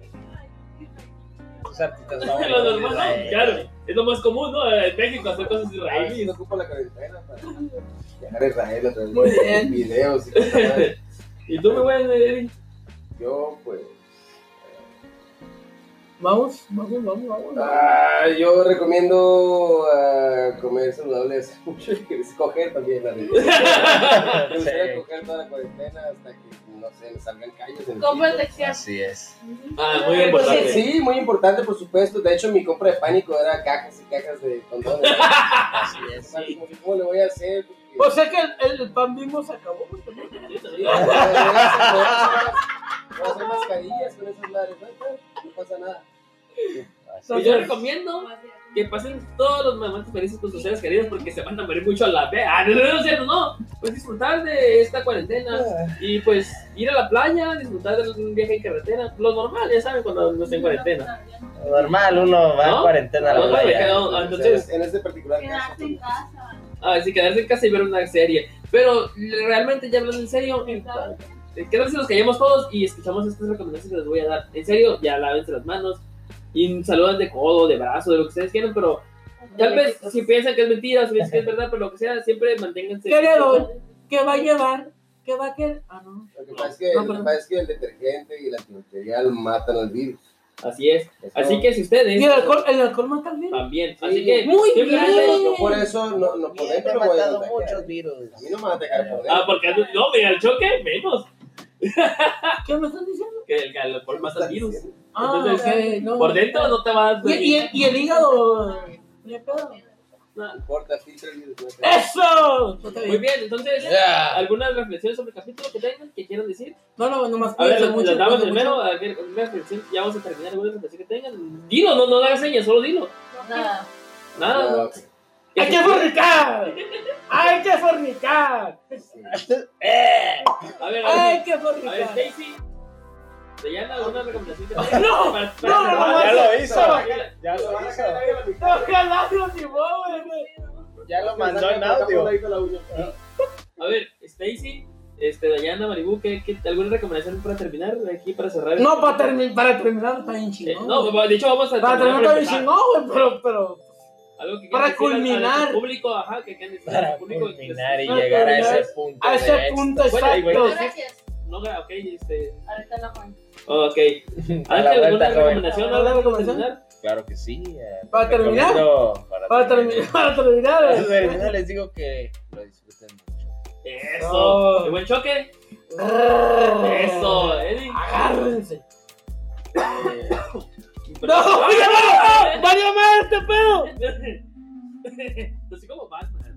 Speaker 3: Tus artistas
Speaker 1: Lo
Speaker 3: favoritos.
Speaker 1: normal, ¿no? claro. Es lo más común, ¿no? En México hacer cosas
Speaker 4: A ver si
Speaker 1: israelíes.
Speaker 4: no ocupa la cuarentena para viajar a Israel a través
Speaker 2: Muy
Speaker 4: de
Speaker 2: bien.
Speaker 4: videos y cosas.
Speaker 1: ¿Y tú me voy a leer?
Speaker 4: Yo, pues.
Speaker 2: Vamos, vamos, vamos, vamos.
Speaker 4: ah, yo recomiendo ah, comer saludables. Escoger también la Me gustaría
Speaker 3: Sí.
Speaker 4: coger toda la cuarentena hasta que, no sé, me salgan callos. en el
Speaker 7: Con
Speaker 4: pito.
Speaker 7: protección.
Speaker 3: Así es.
Speaker 1: Ah, muy importante.
Speaker 4: Entonces, sí, muy importante, por supuesto. De hecho, mi compra de pánico era cajas y cajas de condones.
Speaker 3: Así es.
Speaker 4: Así como que, ¿Cómo le voy a hacer? Porque-
Speaker 1: Pues,
Speaker 2: O sea Pues que el, el pan mismo se acabó. güey, también.
Speaker 4: Voy a hacer- voy a hacer mascarillas con esas madres. No, no, no pasa nada.
Speaker 1: Pues yo recomiendo que pasen todos los momentos felices con sus seres queridos porque se van a morir mucho a la vez. Ah, no, no, no, cierto, no. Pues disfrutar de esta cuarentena y pues ir a la playa, disfrutar de un viaje en carretera. Lo normal, ya saben, cuando no estén en cuarentena.
Speaker 3: Lo normal, uno va
Speaker 1: ¿No?
Speaker 3: a cuarentena a la
Speaker 1: No, no,
Speaker 3: playa.
Speaker 1: no, no, entonces,
Speaker 4: en este particular caso.
Speaker 5: Quedarse en casa.
Speaker 1: Ah, Así quedarse en casa y ver una serie. Pero realmente, ya hablando en eh, serio, ¿qué tal si nos callamos todos y escuchamos estas recomendaciones que les voy a dar? En serio, ya lávense las manos y saludan de codo, de brazo, de lo que ustedes quieran, pero tal vez si piensan que es mentira, si piensan que es verdad, pero lo que sea, siempre manténganse.
Speaker 2: Querido, ¿qué va a llevar? ¿Qué va a querer? Ah, no.
Speaker 4: Lo que pasa es que,
Speaker 2: No,
Speaker 4: lo que
Speaker 2: perdón.
Speaker 4: pasa es que el detergente y el antibacterial matan al virus.
Speaker 1: Así es.
Speaker 4: Es
Speaker 1: Así
Speaker 4: como-
Speaker 1: que si ustedes
Speaker 2: Y el alcohol, el alcool mata bien.
Speaker 1: también.
Speaker 4: Sí.
Speaker 1: Así que.
Speaker 2: Muy
Speaker 1: simplemente-
Speaker 2: bien.
Speaker 4: Yo por eso no, no por
Speaker 3: Bien,
Speaker 4: dentro
Speaker 3: he
Speaker 4: no voy a
Speaker 3: matado
Speaker 4: atacar.
Speaker 3: muchos virus.
Speaker 4: A mí no me van a atacar por dentro.
Speaker 1: Ah, porque no, mira, el choque, menos. Ah.
Speaker 2: ¿Qué me estás diciendo?
Speaker 1: Que el alcohol mata el virus.
Speaker 2: Ah,
Speaker 1: Entonces,
Speaker 2: ok, no.
Speaker 1: Por dentro no te va a dar.
Speaker 2: ¿Y, y, el- y el hígado? ¿Qué pedo?
Speaker 4: No importa, filtra el virus. no sé.
Speaker 2: ¡Eso!
Speaker 1: Muy bien, entonces,
Speaker 3: Yeah.
Speaker 1: ¿algunas reflexiones sobre el capítulo que tengan que quieran decir?
Speaker 2: No, no, nomás
Speaker 1: A ver,
Speaker 2: cuídense
Speaker 1: las
Speaker 2: mucho,
Speaker 1: las damas
Speaker 2: cuídense mucho.
Speaker 1: primero, a ver, alguna reflexión, ya vamos a terminar alguna reflexión que tengan. Dilo, no, no hagas señas, solo dilo.
Speaker 7: Nada.
Speaker 1: Nada.
Speaker 4: No,
Speaker 1: no.
Speaker 4: ok,
Speaker 1: Que
Speaker 2: ¡Hay
Speaker 1: se-
Speaker 2: que fornicar! ¡Hay que fornicar!
Speaker 4: sí.
Speaker 1: A ver, a ver,
Speaker 2: ¡Hay que
Speaker 1: a ver,
Speaker 2: fornicar!
Speaker 1: Stacy. ¿Te alguna recomendación que
Speaker 2: No,
Speaker 1: para- para
Speaker 2: no, no,
Speaker 1: cerrar?
Speaker 2: no,
Speaker 3: Ya
Speaker 2: no,
Speaker 3: lo hizo.
Speaker 1: Para-
Speaker 3: Ya lo hizo.
Speaker 2: ¡Ojalá no se mueva, güey!
Speaker 4: Pues,
Speaker 3: Ya lo mandó en audio.
Speaker 1: A ver, Stacy, Este, Dayana, Maribú, ¿qué, qué, alguna recomendación para terminar? Aquí para cerrar.
Speaker 2: No,
Speaker 1: este-
Speaker 2: para, termi- para terminar está bien
Speaker 1: Eh,
Speaker 2: chingón.
Speaker 1: no,
Speaker 2: güey.
Speaker 1: de hecho vamos a
Speaker 2: para terminar
Speaker 1: con
Speaker 2: está
Speaker 1: el
Speaker 2: bien
Speaker 1: final.
Speaker 2: chingón, güey, pero, pero.
Speaker 1: Algo que quieras decir
Speaker 2: Para
Speaker 1: al-
Speaker 2: culminar.
Speaker 1: al público, ajá, que quieran decir
Speaker 3: Para
Speaker 1: al público, que-
Speaker 3: culminar y
Speaker 2: No,
Speaker 3: llegar a
Speaker 2: terminar
Speaker 3: ese punto.
Speaker 2: A ese
Speaker 3: de
Speaker 2: punto
Speaker 1: Bueno, y bueno,
Speaker 2: exacto.
Speaker 5: Gracias.
Speaker 1: No, gra- ok, este.
Speaker 5: Ahorita no, Juan.
Speaker 1: Ok.
Speaker 3: éxito. A
Speaker 1: Ángel,
Speaker 3: la vuelta,
Speaker 1: ¿alguna
Speaker 3: joven.
Speaker 1: recomendación?
Speaker 2: ¿Alguna
Speaker 1: ¿Algo para
Speaker 2: recomendación?
Speaker 1: terminar?
Speaker 6: Claro que sí. eh,
Speaker 2: Para terminar.
Speaker 6: recomiendo- Para,
Speaker 2: Para terminar, para terminar.
Speaker 3: Para
Speaker 2: güey.
Speaker 3: terminar, les digo que
Speaker 6: Lo disfruten mucho.
Speaker 1: Eso.
Speaker 2: No.
Speaker 1: ¿Qué buen choque? Eso, eh. Eddie.
Speaker 2: Agárrense.
Speaker 1: pues,
Speaker 2: ¡No! ¡Mario Mar! ¡Mario Mar, este pedo!
Speaker 1: Así como Batman.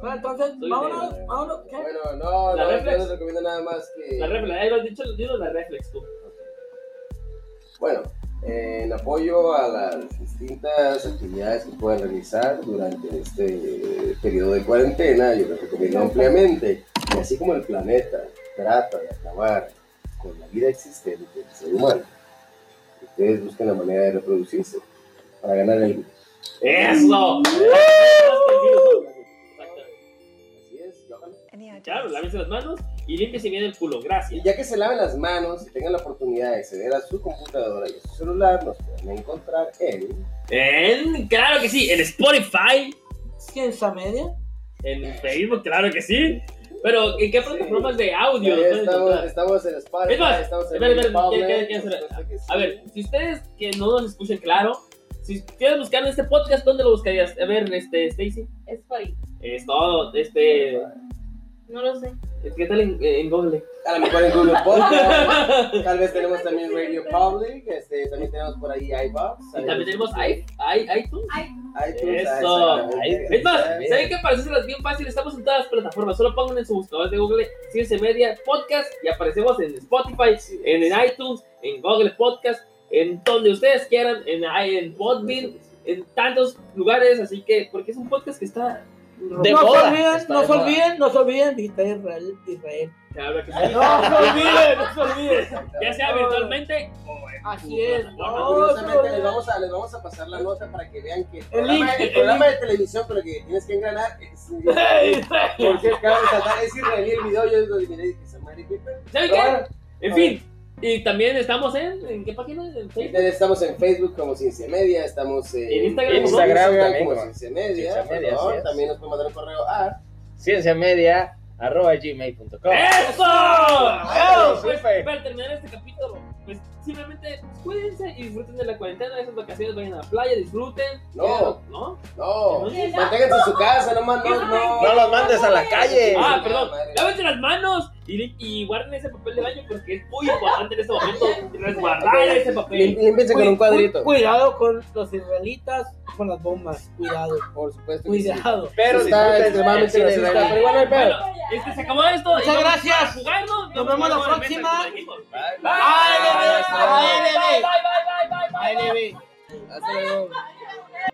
Speaker 2: Bueno, entonces,
Speaker 1: Soy
Speaker 2: vámonos,
Speaker 4: negro.
Speaker 2: vámonos. ¿qué?
Speaker 4: Bueno, no,
Speaker 1: La
Speaker 4: no, yo
Speaker 1: reflex.
Speaker 4: les recomiendo nada más que.
Speaker 1: La reflex, ahí lo has dicho, digo la reflex tú.
Speaker 4: Bueno, eh, en apoyo a las distintas actividades que puedan realizar durante este eh, periodo de cuarentena, yo les recomiendo ampliamente, que así como el planeta trata de acabar con la vida existente del ser humano, ustedes busquen la manera de reproducirse para ganar el virus.
Speaker 1: ¡Eso!
Speaker 4: Mm.
Speaker 1: Exactamente.
Speaker 4: Así es, y ojalá.
Speaker 1: Claro, lávense las manos y límpiese bien el culo.
Speaker 4: Y
Speaker 1: Gracias.
Speaker 4: ya que se laven las manos y tengan la oportunidad de acceder a su computadora y a su celular, nos pueden encontrar en...
Speaker 1: En, claro que sí, en Spotify,
Speaker 2: Ciencia media.
Speaker 1: en Facebook, claro que sí. Pero, ¿en qué plataformas de audio? nos
Speaker 4: Eh,
Speaker 1: pueden
Speaker 4: estamos,
Speaker 1: encontrar?
Speaker 4: estamos en Spotify,
Speaker 1: Es más,
Speaker 4: estamos en
Speaker 1: espera, espera,
Speaker 4: Google
Speaker 1: ¿qué- qué-
Speaker 4: Play,
Speaker 1: qué
Speaker 4: por
Speaker 1: hacer?
Speaker 4: supuesto que sí.
Speaker 1: A ver, si ustedes que no nos escuchan claro, si quieren buscar este podcast, ¿dónde lo buscarías? A ver, este, Stacy.
Speaker 7: Es por ahí.
Speaker 1: Es todo, este.
Speaker 7: No lo sé.
Speaker 1: ¿Qué tal en, en Google?
Speaker 4: A lo mejor en Google Podcast. Tal vez tenemos también Radio Public. Este, también tenemos por ahí iBox.
Speaker 1: Y también tenemos i- i- iTunes.
Speaker 5: Ay,
Speaker 4: iTunes. ah,
Speaker 1: Eso.
Speaker 4: exactamente.
Speaker 1: Es más, ¿saben qué? Para las bien fácil, estamos en todas las plataformas. Solo pongan en su buscador de Google Ciencia Media Podcast y aparecemos en Spotify, en, en iTunes, en Google Podcast, en donde ustedes quieran, en, en Podbean, en tantos lugares. Así que, porque es un podcast que está. De
Speaker 2: no
Speaker 1: moda.
Speaker 2: se olviden,
Speaker 3: está
Speaker 2: no
Speaker 3: de
Speaker 2: se
Speaker 3: moda.
Speaker 2: olviden, no se olviden visitar Israel, Israel.
Speaker 1: Claro que sí.
Speaker 2: No se olviden, no se olviden.
Speaker 1: Ya sea virtualmente o en
Speaker 2: Así es.
Speaker 1: Oh,
Speaker 2: No,
Speaker 4: Curiosamente, les
Speaker 2: se
Speaker 4: vamos, a, les vamos a pasar la nota para que vean que el
Speaker 2: link,
Speaker 4: programa, el
Speaker 2: el
Speaker 4: programa de televisión, pero que tienes que engranar, es
Speaker 2: olviden.
Speaker 4: porque acabo de saltar, es israelí el video, yo lo miré y dije, "Esa madre, qué pedo".
Speaker 1: ¿Saben
Speaker 4: Pero
Speaker 1: qué?
Speaker 4: bueno,
Speaker 1: En
Speaker 4: A
Speaker 1: fin, y también estamos en. ¿En qué página? En Facebook.
Speaker 4: Estamos en Facebook como Ciencia Media, estamos en
Speaker 1: En Instagram, ¿no?
Speaker 3: también,
Speaker 4: como
Speaker 3: ¿no?
Speaker 4: Ciencia Media,
Speaker 3: Ciencia Media,
Speaker 4: perdón,
Speaker 3: así es.
Speaker 4: también nos pueden mandar un correo a
Speaker 3: Ciencia media arroba gmail.com.
Speaker 2: ¡Eh!
Speaker 1: ¡Eso!
Speaker 4: ¡Bravo,
Speaker 1: Pues,
Speaker 3: jefe!
Speaker 1: para terminar este capítulo, pues simplemente pues, cuídense y disfruten de la cuarentena, esas vacaciones, vayan a la playa, disfruten.
Speaker 4: No.
Speaker 1: Ya, ¿no?
Speaker 4: No, manténganse en su casa, no man- no, no.
Speaker 3: No los mandes a la calle.
Speaker 1: Ah, perdón.
Speaker 4: madre.
Speaker 1: Lávense las manos y, y guarden ese papel de baño porque es muy importante en este momento resguardar ese
Speaker 4: Lí-
Speaker 1: papel.
Speaker 4: Límpiense con un cuadrito.
Speaker 2: Cuidado con los israelitas, con las bombas. Cuidado,
Speaker 4: Por supuesto. que sí.
Speaker 2: cuidado.
Speaker 3: Pero
Speaker 4: Está
Speaker 3: disfruten
Speaker 4: extremadamente
Speaker 3: el cine,
Speaker 4: racista,
Speaker 3: ¿verdad?
Speaker 4: pero igual no hay pedo.
Speaker 1: Bueno, este se acabó esto. y
Speaker 2: Muchas
Speaker 1: vamos
Speaker 2: gracias.
Speaker 1: A jugarlo.
Speaker 2: Nos vemos la
Speaker 1: Vamos a
Speaker 2: próxima.
Speaker 1: jugar, como dijimos.
Speaker 4: Bye.
Speaker 2: ALB, ALB.
Speaker 1: Bye, bye, bye, bye, bye, bye, bye.
Speaker 2: ALB.
Speaker 4: Hasta luego.
Speaker 5: ay, ay, ay.